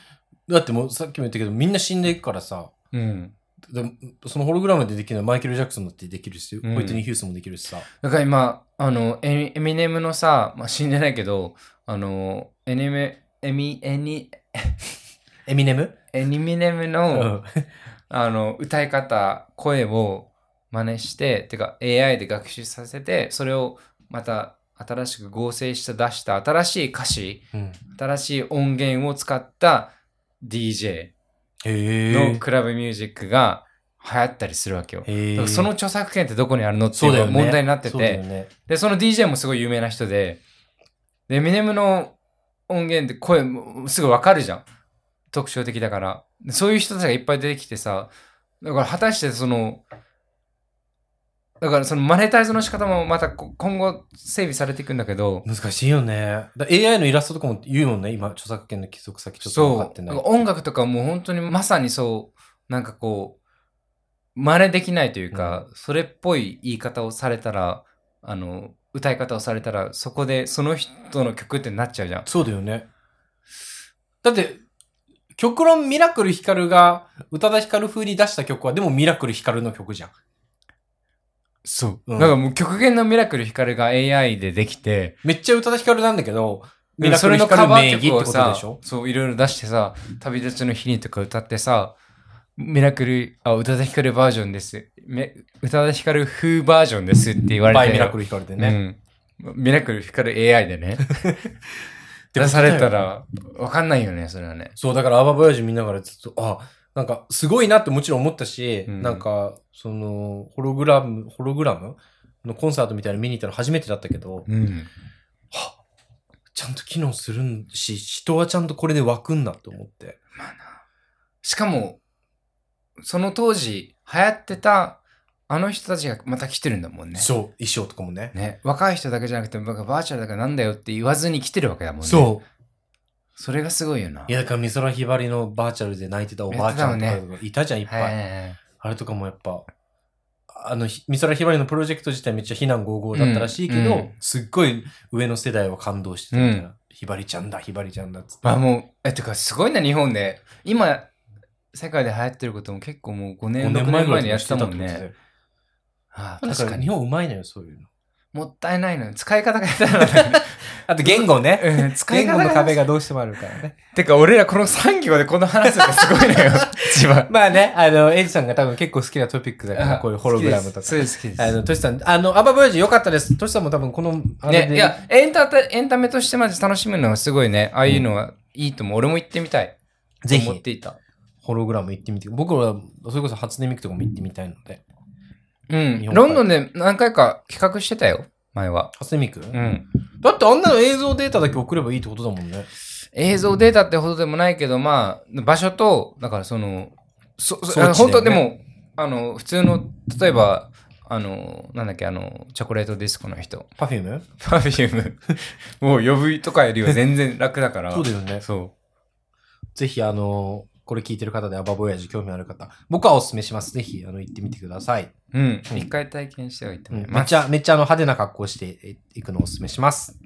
Speaker 1: だってもうさっきも言ったけど、みんな死んでいくからさ、
Speaker 2: うん、
Speaker 1: でもそのホログラムでできるのはマイケル・ジャクソンだってできるし、
Speaker 2: うん
Speaker 1: ホイットニー・ヒュースもできるしさ。
Speaker 2: だから今あのエミエミネムのさ、まあ、死んでないけどあのエネムエミエニ
Speaker 1: エミネム
Speaker 2: エニミネム
Speaker 1: う
Speaker 2: の、
Speaker 1: ん。
Speaker 2: あの歌い方声を真似しててか AI で学習させてそれをまた新しく合成して出した新しい歌詞
Speaker 1: うん
Speaker 2: 新しい音源を使った DJ
Speaker 1: へ
Speaker 2: の
Speaker 1: え。
Speaker 2: クラブミュージックが流行ったりするわけよ。
Speaker 1: へ
Speaker 2: だ
Speaker 1: え
Speaker 2: からその著作権ってどこにあるのってい
Speaker 1: そううだ
Speaker 2: のが
Speaker 1: よね
Speaker 2: 問題になって
Speaker 1: そうだ
Speaker 2: て
Speaker 1: よね。
Speaker 2: で、その DJ もすごい有名な人で、で、エミネムの音源って声もすぐわかるじゃん。特徴的だから。でそういう人たちがいっぱい出てきてさ、だから果たしてその、だからそのマネタイズの仕方もまたこ今後整備されていくんだけど、
Speaker 1: 難しいよね。だ AI のイラストとかも言うもんね、今、著作権の規則先ちょっと分かってない
Speaker 2: そう。音楽とかもう本当にまさにそうなんかこう真似できないというか、それっぽい言い方をされたらあの歌い方をされたらそこでその人の曲ってなっちゃうじゃん。
Speaker 1: そうだよね。だって、極論ミラクルヒカルが宇多田ヒカル風に出した曲は、でもミラクルヒカルの曲じゃん。
Speaker 2: そう
Speaker 1: うん
Speaker 2: なんかもう極限のミラクルヒカルが AI でできて、
Speaker 1: めっちゃ宇多田ヒカルなんだけど、ミラ
Speaker 2: そ
Speaker 1: ク
Speaker 2: れ
Speaker 1: ル
Speaker 2: の
Speaker 1: ヒ
Speaker 2: カ
Speaker 1: カル
Speaker 2: バ
Speaker 1: 名
Speaker 2: ー
Speaker 1: 義って
Speaker 2: 曲
Speaker 1: こ
Speaker 2: を
Speaker 1: と
Speaker 2: さ
Speaker 1: でしょ、
Speaker 2: そういろいろ出してさ、旅立ちの日にとか歌ってさ、ミラクル、あ、宇多田ヒカルバージョンです。め宇多田ヒカル風バージョンですって言われて。
Speaker 1: バイミラクルヒカルでね。
Speaker 2: うん、ミラクル光る AI で ね。出されたら分かんないよね、それはね。
Speaker 1: そう、だからアーバーボヤージュ見ながらずっと、あ、なんかすごいなってもちろん思ったし、
Speaker 2: うん
Speaker 1: なんか、その、ホログラム、ホログラムのコンサートみたいなの見に行ったの初めてだったけど、
Speaker 2: うん。
Speaker 1: はちゃんと機能するんし、人はちゃんとこれで湧くんだと思って。
Speaker 2: しかも、その当時流行ってたあの人たちがまた来てるんだもんね。
Speaker 1: そう、衣装とかもね。
Speaker 2: ね、若い人だけじゃなくて、僕はバーチャルだからなんだよって言わずに来てるわけだもんね。
Speaker 1: そ
Speaker 2: う。
Speaker 1: う。
Speaker 2: それがすごいよな。
Speaker 1: いや、だから美空ひばりのバーチャルで泣いてたおばあちゃんとかいたじゃん、いっぱい。
Speaker 2: はい。
Speaker 1: あれとかもやっぱ、あの、ひ美空ひばりのプロジェクト自体めっちゃ非難合々だったらしいけど、
Speaker 2: うんうん
Speaker 1: すっごい上の世代は感動してたみたいな。ひばりちゃんだ、ひばりちゃんだっつって。
Speaker 2: まあもう、え、てかすごいな、日本で。今、世界で流行ってることも結構もう5年、6
Speaker 1: 5年前
Speaker 2: 年
Speaker 1: ぐ
Speaker 2: 前
Speaker 1: らい
Speaker 2: に
Speaker 1: に
Speaker 2: やっ
Speaker 1: やってて
Speaker 2: た
Speaker 1: た
Speaker 2: も
Speaker 1: も
Speaker 2: ん
Speaker 1: ん
Speaker 2: ね
Speaker 1: ね。。
Speaker 2: ああ
Speaker 1: だか
Speaker 2: 確からに
Speaker 1: 日。本うまいのよ、そういうの。
Speaker 2: もったいないのよ。使い方が下手なのよ。
Speaker 1: あと言語ね。
Speaker 2: うん 使い方が
Speaker 1: がどうしてもあるから ね。
Speaker 2: てか、俺らこの3行でこの話すのすごいの よ。一番。
Speaker 1: まあね、あの、エイジさんが多分結構好きなトピックだから、こういうホログラムとか。
Speaker 2: そうです、好きです
Speaker 1: あの、トシさん、あの、アバブージ良かったです。トシさんも多分この、あれで
Speaker 2: ね、いや、エンターテエンタメとしてまず楽しむのはすごいね。ああいうのはいいと思う。俺も行ってみたい。
Speaker 1: ぜひ
Speaker 2: 思っていた。
Speaker 1: ホログラム行ってみて、僕ら、それこそ初音ミクとかも行ってみたいので。
Speaker 2: うん。
Speaker 1: 日本
Speaker 2: ロンドンで何回か企画してたよ。前は。
Speaker 1: 初音ミク、
Speaker 2: うん。
Speaker 1: だってあんなの映像データだけ送ればいいってことだもんね。
Speaker 2: 映像データってほどでもないけど、まあ、場所と、だからその、そ、
Speaker 1: 装置
Speaker 2: そ
Speaker 1: だよ
Speaker 2: あ
Speaker 1: ね
Speaker 2: の本当でも、あの、普通の、例えば、あの、なんだっけ、あの、チョコレートディスコの人。
Speaker 1: パフューム
Speaker 2: パフューム。もう呼ぶとかよりは全然楽だから。
Speaker 1: そうだよね。
Speaker 2: そ
Speaker 1: ぜひ、あの、これ聞いてる方でアバボヤージ興味ある方、僕はお勧めします。ぜひ、あの、行ってみてください。
Speaker 2: う。うん。
Speaker 1: うん
Speaker 2: 一回体験してはいいと
Speaker 1: うん
Speaker 2: 思い
Speaker 1: めっ
Speaker 2: ます。
Speaker 1: ちゃ、めっちゃあの派手な格好していくのをお勧めします。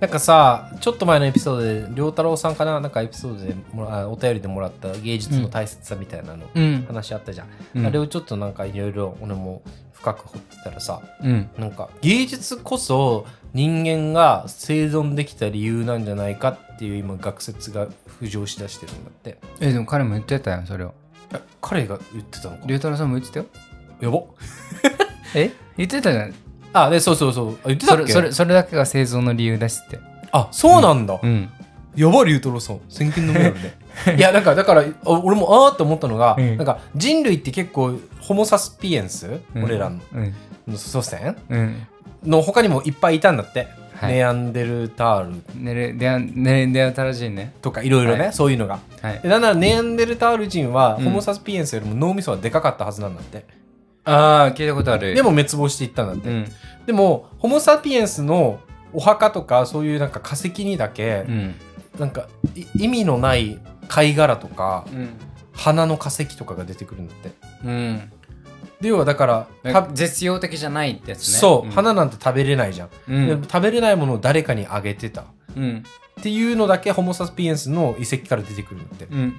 Speaker 1: なんかさ、ちょっと前のエピソードで、良太郎さんかななんかエピソードでもらあお便りでもらった芸術の大切さみたいなの、
Speaker 2: うん。
Speaker 1: 話あったじゃん。
Speaker 2: うん
Speaker 1: あれをちょっとなんかいろいろ俺も深く掘ってたらさ、
Speaker 2: うん。
Speaker 1: なんか芸術こそ人間が生存できた理由なんじゃないかっていう今学説が浮上しだしてるんだって
Speaker 2: え、でも彼も言ってたよ、それを。
Speaker 1: え彼が言ってたのか
Speaker 2: 龍太郎さんも言ってたよ。
Speaker 1: やば
Speaker 2: え言ってたじゃん。
Speaker 1: あでそうそうそうあ言ってた
Speaker 2: そ
Speaker 1: っ
Speaker 2: れ、
Speaker 1: け
Speaker 2: それ、それだけが生存の理由ですって。
Speaker 1: あそうなんだ、
Speaker 2: うん。
Speaker 1: やばい龍太郎さん先見の目あるね いやなんかだからあ俺もああって思ったのが、
Speaker 2: うん
Speaker 1: なんか人類って結構ホモ・サスピエンス、
Speaker 2: うん
Speaker 1: 俺らの
Speaker 2: うん。
Speaker 1: 祖先
Speaker 2: うん。
Speaker 1: の他にもいっぱいいたんだって、
Speaker 2: はい
Speaker 1: ネアンデルタール
Speaker 2: ねれ、であ、ねれ、であたらしいね。
Speaker 1: とかいろいろね、
Speaker 2: はい
Speaker 1: そういうのが
Speaker 2: はい
Speaker 1: で。なんならネアンデルタール人は
Speaker 2: うん
Speaker 1: ホモ・サスピエンスよりも脳みそはでかかったはずなんだって、
Speaker 2: ああ、聞いたことある。
Speaker 1: で、も滅亡していったんだって、
Speaker 2: うん。
Speaker 1: でもホモ・サピエンスのお墓とかそういうなんか化石にだけ
Speaker 2: う、ん。
Speaker 1: なんかい意味のない貝殻とか
Speaker 2: うん。
Speaker 1: 花の化石とかが出てくるんだって
Speaker 2: うん。
Speaker 1: で要はだから
Speaker 2: なん
Speaker 1: た
Speaker 2: か絶用的じゃないってやつね。
Speaker 1: そう、
Speaker 2: ん、
Speaker 1: 花なんて食べれないじゃん、
Speaker 2: うん
Speaker 1: で。食べれないものを誰かにあげてたっ
Speaker 2: うん。
Speaker 1: ていうのだけホモ・サピエンスの遺跡から出てくるんだって、
Speaker 2: うん。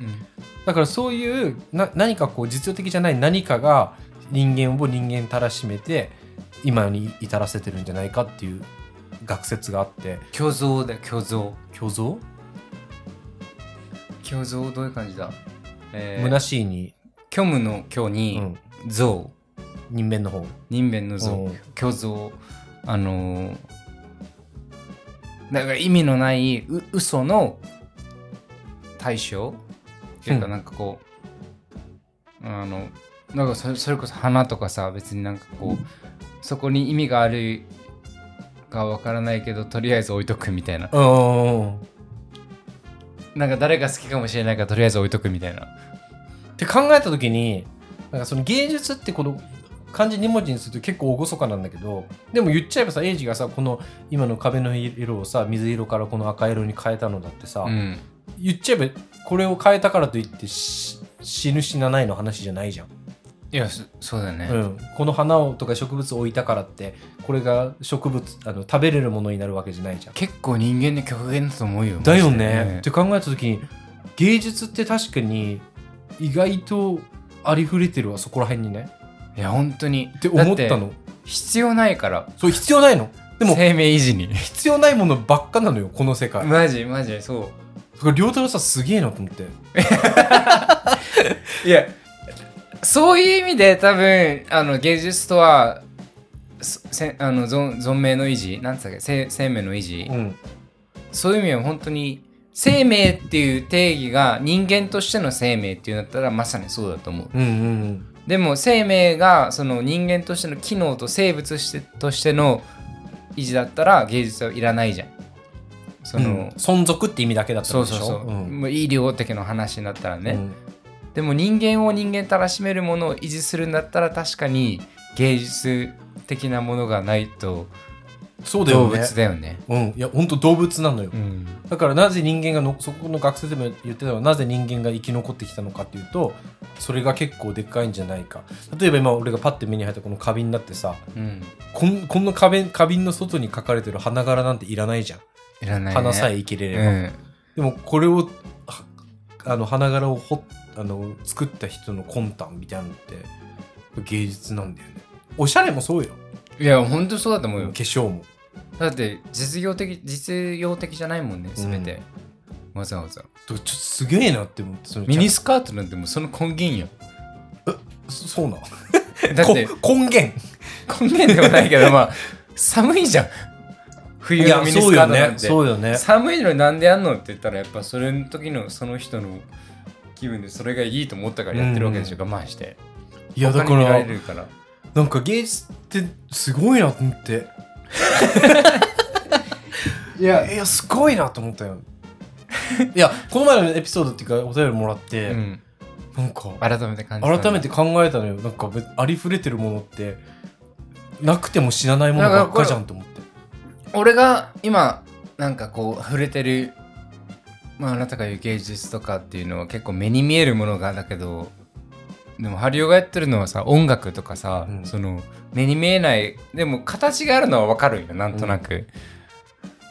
Speaker 1: だからそういうな何かこう実用的じゃない何かが人間を人間たらしめて今に至らせてるんじゃないかっていう学説があって
Speaker 2: 虚像だよ、虚像。
Speaker 1: 虚像
Speaker 2: 虚像どういう感じだえー、
Speaker 1: 虚しいに、
Speaker 2: 虚無の虚
Speaker 1: う
Speaker 2: に
Speaker 1: ん、
Speaker 2: 像、
Speaker 1: 人間の方
Speaker 2: 人間の像
Speaker 1: うん、
Speaker 2: 虚像、あのー、なんか意味のないう嘘の対象っていうか
Speaker 1: うん
Speaker 2: なんかこう、あのなんかそれそれこそ花とかさ別になんかこうそこに意味があるかわからないけどとりあえず置いとくみたいな
Speaker 1: うん
Speaker 2: なんか誰が好きかもしれないからとりあえず置いとくみたいな
Speaker 1: って考えた時になんかその芸術ってこの漢字2文字にすると結構厳かなんだけどでも言っちゃえばさエイジがさこの今の壁の色をさ水色からこの赤色に変えたのだってさ、
Speaker 2: うん
Speaker 1: 言っちゃえばこれを変えたからといってし死ぬ死なないの話じゃないじゃん、
Speaker 2: いやそそうだね、
Speaker 1: うん、この花をとか植物を置いたからってこれが植物あの食べれるものになるわけじゃないじゃん。
Speaker 2: 結構人間の極限だと思うよ
Speaker 1: だよ
Speaker 2: マジ
Speaker 1: ね
Speaker 2: で
Speaker 1: って考えた時に芸術って確かに意外とありふれてるわそこら辺にね
Speaker 2: いや本当に
Speaker 1: って思ったの
Speaker 2: 必要ないから
Speaker 1: そう必要ないのでも
Speaker 2: 生命維持に
Speaker 1: 必要ないものばっかなのよこの世界だか
Speaker 2: マジマジそ
Speaker 1: ら良太郎さんすげえなと思って
Speaker 2: ういやそういう意味で多分あの芸術とはそせあの存存命の維持なんつったっけ生生命の維持、
Speaker 1: うん
Speaker 2: そういう意味は本当に生命っていう定義が人間としての生命っていうんだったらまさにそうだと思う
Speaker 1: うんうん
Speaker 2: でも生命がその人間としての機能と生物してとしての維持だったら芸術はいらないじゃん。そ
Speaker 1: うん
Speaker 2: の、
Speaker 1: うん存続って意味だけだった
Speaker 2: そ
Speaker 1: ん
Speaker 2: う
Speaker 1: でし
Speaker 2: そ
Speaker 1: ょ
Speaker 2: うそう、
Speaker 1: ん
Speaker 2: もう医療的な話になったら
Speaker 1: う
Speaker 2: ね、
Speaker 1: ん
Speaker 2: でも人間を人間たらしめるものを維持するんだったら確かに芸術的なものがないと
Speaker 1: そうだ
Speaker 2: 動
Speaker 1: よね
Speaker 2: 物だよね。
Speaker 1: うん、いや本当動物なのよ、
Speaker 2: うん
Speaker 1: だからなぜ人間がのそこの学生でも言ってたのはなぜ人間が生き残ってきたのかっていうとそれが結構でっかいんじゃないか例えば今俺がパッて目に入ったこの花瓶だってさ
Speaker 2: うん
Speaker 1: こんこんな花瓶花瓶の外に書かれてる花柄なんていらないじゃん、
Speaker 2: いらない、ね。
Speaker 1: 花さえ生きれれば、
Speaker 2: うん
Speaker 1: でもこれをはあの花柄をほっあの作った人の魂胆みたいなのって芸術なんだよねおしゃれもそうよ
Speaker 2: いや本当そうだと思
Speaker 1: 化
Speaker 2: うよ。
Speaker 1: 粧も
Speaker 2: だって実用的実用的じゃないもんね全て、わざわざ。
Speaker 1: ちょっとすげえなって思ってその
Speaker 2: ミニスカートなんてもうその根源 よ。
Speaker 1: そそうなの
Speaker 2: だって
Speaker 1: こ根源
Speaker 2: 根源ではないけどまあ寒いじゃん。冬のミニスカートなんて。
Speaker 1: そうよねそうよね
Speaker 2: 寒いのになんでやんのって言ったらやっぱそれの時のその人の気分でそれがいいと思ったからやってるわけでしょ、我慢して。
Speaker 1: いやだか
Speaker 2: 他に見ら
Speaker 1: ら
Speaker 2: れるから。
Speaker 1: なんか芸術ってすごいなと思って いやいやすごいなと思ったよいやこの前のエピソードっていうかお便りもらって、
Speaker 2: うん、
Speaker 1: なんか
Speaker 2: 改めて感じた
Speaker 1: 改めて考えたのよなんかべありふれてるものってなくても死なないものばっかじゃんと思って
Speaker 2: 俺が今なんかこう触れてる、まあ、あなたが言う芸術とかっていうのは結構目に見えるものがだけどでもハリオがやってるのはさ音楽とかさ、
Speaker 1: うん
Speaker 2: その目に見えないでも形があるのはわかるんよなんとなく、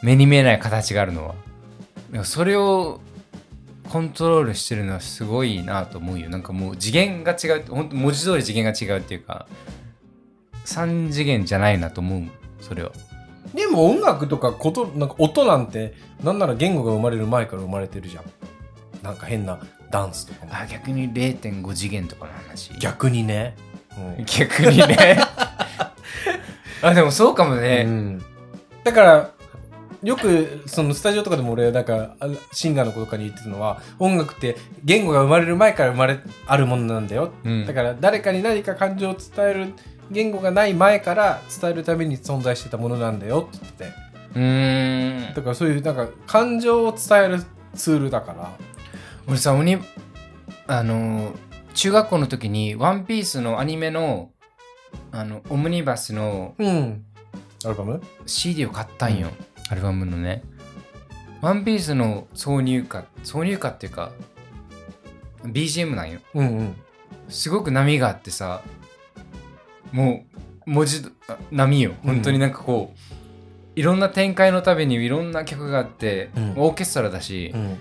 Speaker 2: 目に見えない形があるのはでもそれをコントロールしてるのはすごいなと思うよなんかもう次元が違う本当文字通り次元が違うっていうか3次元じゃないなと思うそれは
Speaker 1: でも音楽とかことなんか音なんてなんなら言語が生まれる前から生まれてるじゃんなんか変なダンスとかも
Speaker 2: あ逆に0.5次元とかの話
Speaker 1: 逆にね、うん
Speaker 2: 逆にねあでもそうかも
Speaker 1: う
Speaker 2: ね、
Speaker 1: んだからよくそのスタジオとかでも俺なんかあシンガーの子とかに言ってたのは音楽って言語が生まれる前から生まれあるものなんだよ、
Speaker 2: うん
Speaker 1: だから誰かに何か感情を伝える言語がない前から伝えるために存在してたものなんだよって言ってて
Speaker 2: うーん
Speaker 1: だからそういうなんか感情を伝えるツールだから
Speaker 2: 俺さ鬼あの中学校の時に「ワンピースのアニメのあのオムニバスの
Speaker 1: うんアルバム
Speaker 2: CD を買ったんよ、アルバムのね「ワンピースの挿入歌挿入歌っていうか BGM なんよ
Speaker 1: うんうん
Speaker 2: すごく波があってさもう文字あ波よ
Speaker 1: うん
Speaker 2: 本当になんかこう、いろんな展開のたびにいろんな曲があって、
Speaker 1: うん
Speaker 2: オーケストラだし、
Speaker 1: うん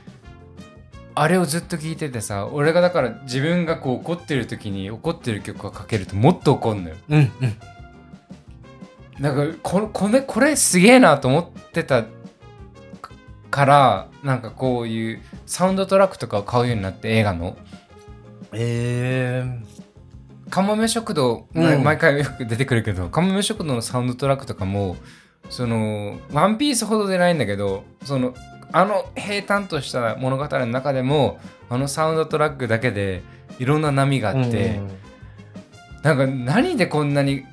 Speaker 2: あれをずっと聴いててさ俺がだから自分がこう怒ってる時に怒ってる曲がかけるともっと怒んのよ
Speaker 1: うんうん
Speaker 2: なんかここれこれすげえなと思ってたからなんかこういうサウンドトラックとかを買うようになって映画の
Speaker 1: えー、
Speaker 2: 「かもめ食堂」
Speaker 1: うん
Speaker 2: 毎回よく出てくるけど「かもめ食堂」のサウンドトラックとかもその「ワンピースほどでないんだけどそのあの平坦とした物語の中でもあのサウンドトラックだけでいろんな波があって。なんか何でこんなに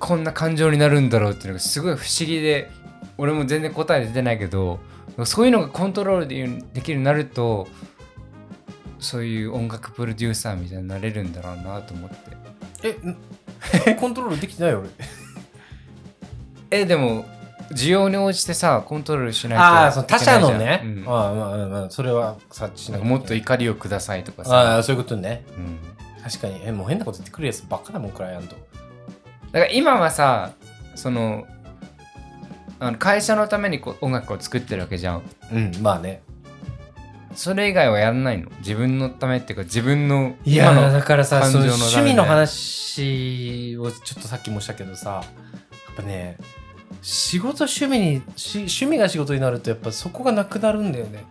Speaker 2: こんな感情になるんだろうっていうのがすごい不思議で俺も全然答え出てないけどそういうのがコントロールでできるようになるとそういう音楽プロデューサーみたいになれるんだろうなと思って
Speaker 1: えん コントロールできてない俺
Speaker 2: えでも需要に応じてさコントロールしないと
Speaker 1: ああその
Speaker 2: いけな
Speaker 1: 他
Speaker 2: いじゃ
Speaker 1: 者
Speaker 2: ん
Speaker 1: のね、
Speaker 2: うん
Speaker 1: ああまあまあまあそれは察知し
Speaker 2: な
Speaker 1: なんい
Speaker 2: かもっと怒りをくださいとか
Speaker 1: あ
Speaker 2: さ、
Speaker 1: あそういうことね
Speaker 2: うん
Speaker 1: 確かにえもう変なこと言ってくるやつばっかだもんクライアント
Speaker 2: だから今はさそのあの会社のためにこう音楽を作ってるわけじゃん
Speaker 1: うんまあね
Speaker 2: それ以外はやらないの自分のためっていうか自分の
Speaker 1: いや
Speaker 2: 今
Speaker 1: ー
Speaker 2: の
Speaker 1: だからさ
Speaker 2: 感
Speaker 1: そ
Speaker 2: 情
Speaker 1: の
Speaker 2: の
Speaker 1: 趣味
Speaker 2: ダ
Speaker 1: の
Speaker 2: メ
Speaker 1: 話をちょっとさっきもしたけどさやっぱね仕事趣味にし趣味が仕事になるとやっぱそこがなくなるんだよ ね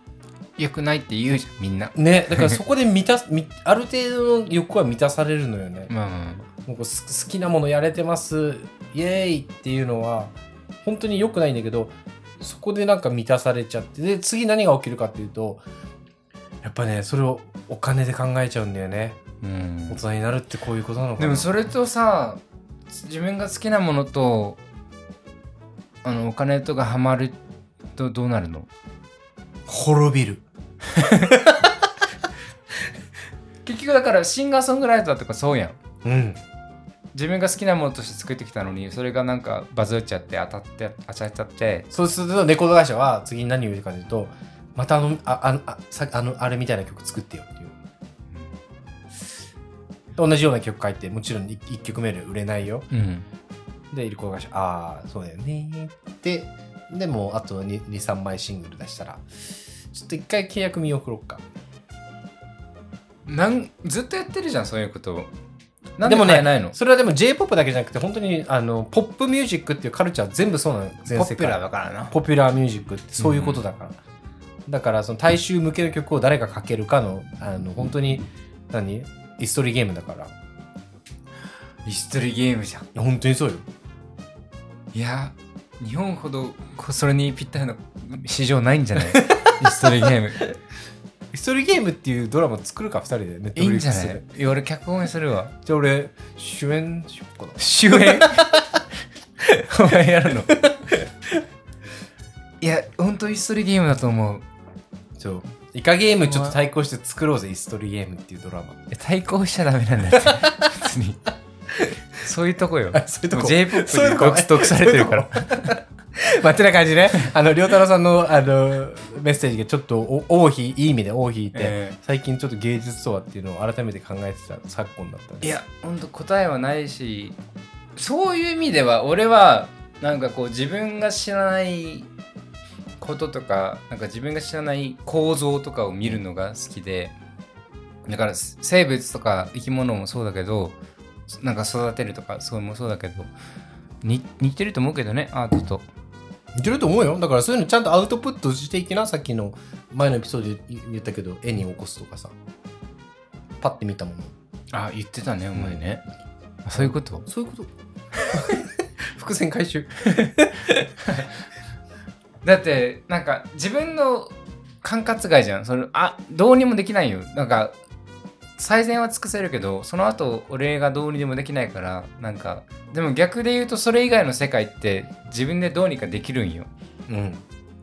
Speaker 2: 良くないって言うじゃんみんな
Speaker 1: ねだからそこで満たすみある程度の欲は満たされるのよね
Speaker 2: まあまあ
Speaker 1: もうこうす好きなものやれてますイエーイっていうのは本当に良くないんだけどそこでなんか満たされちゃってで次何が起きるかっていうとやっぱねそれをお金で考えちゃうんだよね
Speaker 2: うん
Speaker 1: 大人になるってこういうことなのかな
Speaker 2: でもそれとさ自分が好きなものとあのお金とかハマるとどうなるの
Speaker 1: 滅びる
Speaker 2: 結局だからシンガーソングライターとかそうやん
Speaker 1: うん
Speaker 2: 自分が好きなものとして作ってきたのにそれがなんかバズっちゃって当たって当たっちゃって
Speaker 1: そうするとレコード会社は次に何を言うかというとまたあのああのあさあのあれみたいな曲作ってよっていう同じような曲書いてもちろん1曲目で売れないよ
Speaker 2: うん
Speaker 1: で、イルコがし、ああ、そうだよね。で、でもうあと2、3枚シングル出したら、ちょっと一回契約見送ろうか。
Speaker 2: なんずっとやってるじゃんそういうことをなんで
Speaker 1: でも
Speaker 2: も
Speaker 1: ね
Speaker 2: ねないの
Speaker 1: それはでも J-POP だけじゃなくて、本当にあのポップミュージックっていうカルチャー全部そうなの、全世界。
Speaker 2: からな
Speaker 1: ポピュラーミュージックってそういうことだから。だから、その大衆向けの曲を誰が書けるかの、あの本当に、何イストリーゲームだから。い
Speaker 2: イストリゲームじゃん
Speaker 1: や、本当にそうよ。
Speaker 2: いや日本ほどこそれにぴったりの市場ないんじゃない イストリーゲーム
Speaker 1: イストリーゲームっていうドラマ作るか、2人で、ネッ ト
Speaker 2: いい
Speaker 1: フ
Speaker 2: ん
Speaker 1: リッ
Speaker 2: じ
Speaker 1: ク
Speaker 2: ゃ
Speaker 1: ス
Speaker 2: な
Speaker 1: で
Speaker 2: い。いや俺脚本にするわ
Speaker 1: じゃあ俺、主演しよっかな。
Speaker 2: 主演 お前やるの いやほんとイストリーゲームだと思う
Speaker 1: そう。イカゲームちょっと対抗して作ろうぜ、イストリーゲームっていうドラマ。
Speaker 2: いや対抗しちゃダメなんだって別にそういうとこよ
Speaker 1: あそういうとこ
Speaker 2: も J−POP
Speaker 1: そういう
Speaker 2: に
Speaker 1: とこね
Speaker 2: 毒毒されてるから
Speaker 1: まあ、てな感じ ね。あの、りょうたろうさんの、あの、メッセージがちょっと、お、王妃、いい意味で王妃いて、
Speaker 2: ええ
Speaker 1: 最近ちょっと芸術とはっていうのを改めて考えてた昨今だったんで
Speaker 2: いやほんと答えはないしそういう意味では俺はなんかこう自分が知らないこととかなんか自分が知らない構造とかを見るのが好きでだからす生物とか生き物もそうだけどなんか育てるとかそういうのもそうだけどに似てると思うけどねアートと。
Speaker 1: いけると思うよ。だからそういうのちゃんとアウトプットしていきな、さっきの前のエピソードで言ったけど、絵に起こすとかさ。パッて見たもの。
Speaker 2: あ言ってたねお前ね。あそういうこと
Speaker 1: そういうこと伏線回収。
Speaker 2: だってなんか自分の管轄外じゃんそれあどうにもできないよなんか最善は尽くせるけどその後俺がどうにでもできないからなんかでも逆で言うとそれ以外の世界って自分でどうにかできるんよ
Speaker 1: うん。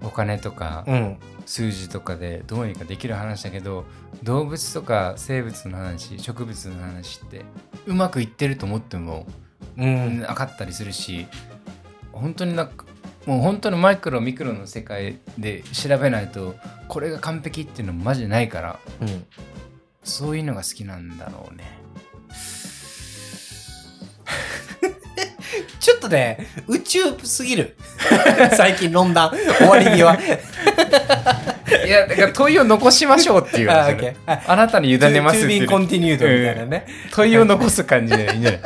Speaker 2: お金とか
Speaker 1: うん。
Speaker 2: 数字とかでどうにかできる話だけど動物とか生物の話植物の話ってうまくいってると思っても
Speaker 1: う。
Speaker 2: なんかったりするし本当になんかもう本当のマイクロミクロの世界で調べないとこれが完璧っていうのマジでないから
Speaker 1: うん。
Speaker 2: そういうのが好きなんだろうね
Speaker 1: ちょっとね、宇宙すぎる。 最近論壇、終わ り際。
Speaker 2: いやだから問いを残しましょうっていう
Speaker 1: あ、
Speaker 2: 話
Speaker 1: オッケー。あ
Speaker 2: あなたに委ねますってい
Speaker 1: To be
Speaker 2: う
Speaker 1: continued みたいなね。
Speaker 2: 問いを残す感じでいいんじゃない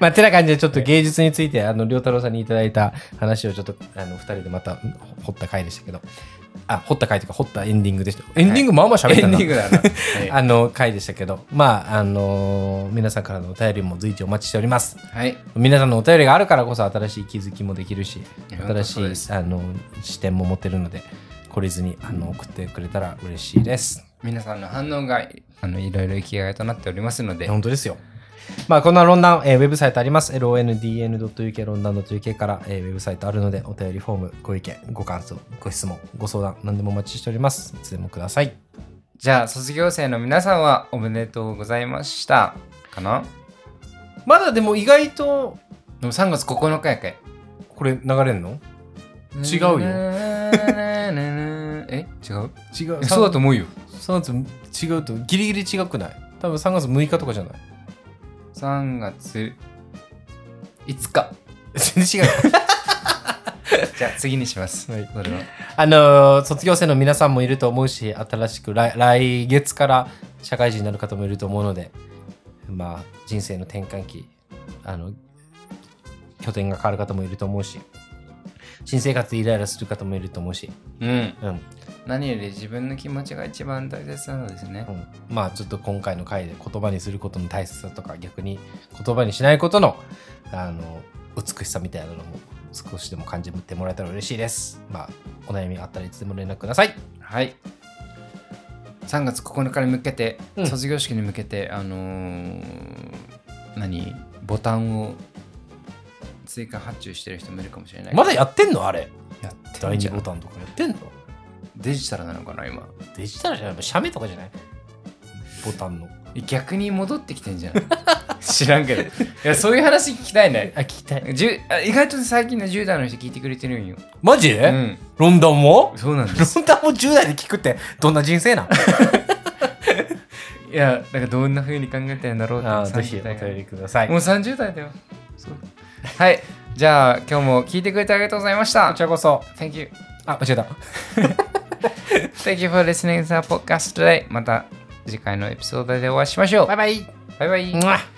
Speaker 1: まあ、てな感じで、ちょっと芸術について、あの、良太郎さんにいただいた話をちょっと、あの、二人でまた、ん掘った回でしたけど、あ、掘った回というか、掘ったエンディングでした。エンディングまあまあ喋っ
Speaker 2: エ
Speaker 1: た
Speaker 2: ンデ
Speaker 1: な
Speaker 2: ィン。グだな、は
Speaker 1: あの、回でしたけど、まあ、あの皆さんからのお便りも随時お待ちしております。
Speaker 2: い、はい
Speaker 1: 皆さんのお便りがあるからこそ、新しい気づきもできるし、
Speaker 2: いや本当そう
Speaker 1: 新
Speaker 2: で
Speaker 1: し
Speaker 2: す
Speaker 1: い、あの、視点も持てるので、懲りずに、あの、送ってくれたら嬉しいです。
Speaker 2: 皆さんの反応があのいろいろ生きがいとなっておりますので
Speaker 1: 本当ですよ。まあ、こんな論壇、えーウェブサイトあります。londn.uk 論壇 .uk から、えーウェブサイトあるので、お便りフォーム、ご意見、ご感想、ご質問、ご相談、何でもお待ちしております。いつでもください。
Speaker 2: じゃあ卒業生の皆さんはおめでとうございましたかな
Speaker 1: まだでも意外と、
Speaker 2: でも3月9日やけ
Speaker 1: これ流れんの違うよ
Speaker 2: え違う
Speaker 1: 違う
Speaker 2: えそうだと思うよ
Speaker 1: 3月違うと、ギリギリ違くない多分3月6日とかじゃない
Speaker 2: 3月5日
Speaker 1: 全然違う。
Speaker 2: じゃあ次にします、
Speaker 1: はい
Speaker 2: それは
Speaker 1: あのー卒業生の皆さんもいると思うし、新しく来来月から社会人になる方もいると思うので、まあ、人生の転換期、あの、拠点が変わる方もいると思うし、新生活でイライラする方もいると思うし、
Speaker 2: うん
Speaker 1: うん、
Speaker 2: 何より自分の気持ちが一番大切なのですね
Speaker 1: うんまあ、ちょっと今回の回で言葉にすることの大切さとか、逆に言葉にしないことの、あの、美しさみたいなのも少しでも感じてもらえたら嬉しいです。まあ、お悩みがあったらいつでも連絡ください。
Speaker 2: はい3月9日に向けて、
Speaker 1: うん
Speaker 2: 卒業式に向けてあのー何ボタンを追加発注してる人もいるかもしれない
Speaker 1: まだやってんのあれ。
Speaker 2: やって
Speaker 1: 第
Speaker 2: んじ
Speaker 1: 2
Speaker 2: ゃ
Speaker 1: ボ
Speaker 2: ん
Speaker 1: タンとかやってんの
Speaker 2: デジタルなのかな今
Speaker 1: デジタルじゃない写メとかじゃないボタンの。
Speaker 2: 逆に戻ってきてん じゃない知らんけどいやそういう話聞きたいね
Speaker 1: あ、聞きたい。
Speaker 2: じゅあ意外と10代の10代の10代の人聞いてくれてるんよ
Speaker 1: マジ、
Speaker 2: うん
Speaker 1: ロンダンも
Speaker 2: そうなんです
Speaker 1: ロンダンも10代で聞くってどんな人生なん
Speaker 2: いやなんかどんな風に考えてるんだろうって
Speaker 1: あぜひ
Speaker 2: 30
Speaker 1: お
Speaker 2: 代が
Speaker 1: 便りください。
Speaker 2: もう
Speaker 1: こ
Speaker 2: 30代だよはいじゃあ今日も聞いてくれてありがとうございました
Speaker 1: ちらこそ。
Speaker 2: Thank you
Speaker 1: あ、間違えた。
Speaker 2: Thank you for listening to our podcast today また次回のエピソードでお会いしましょう
Speaker 1: バイバイ。
Speaker 2: バイバイ
Speaker 1: うわ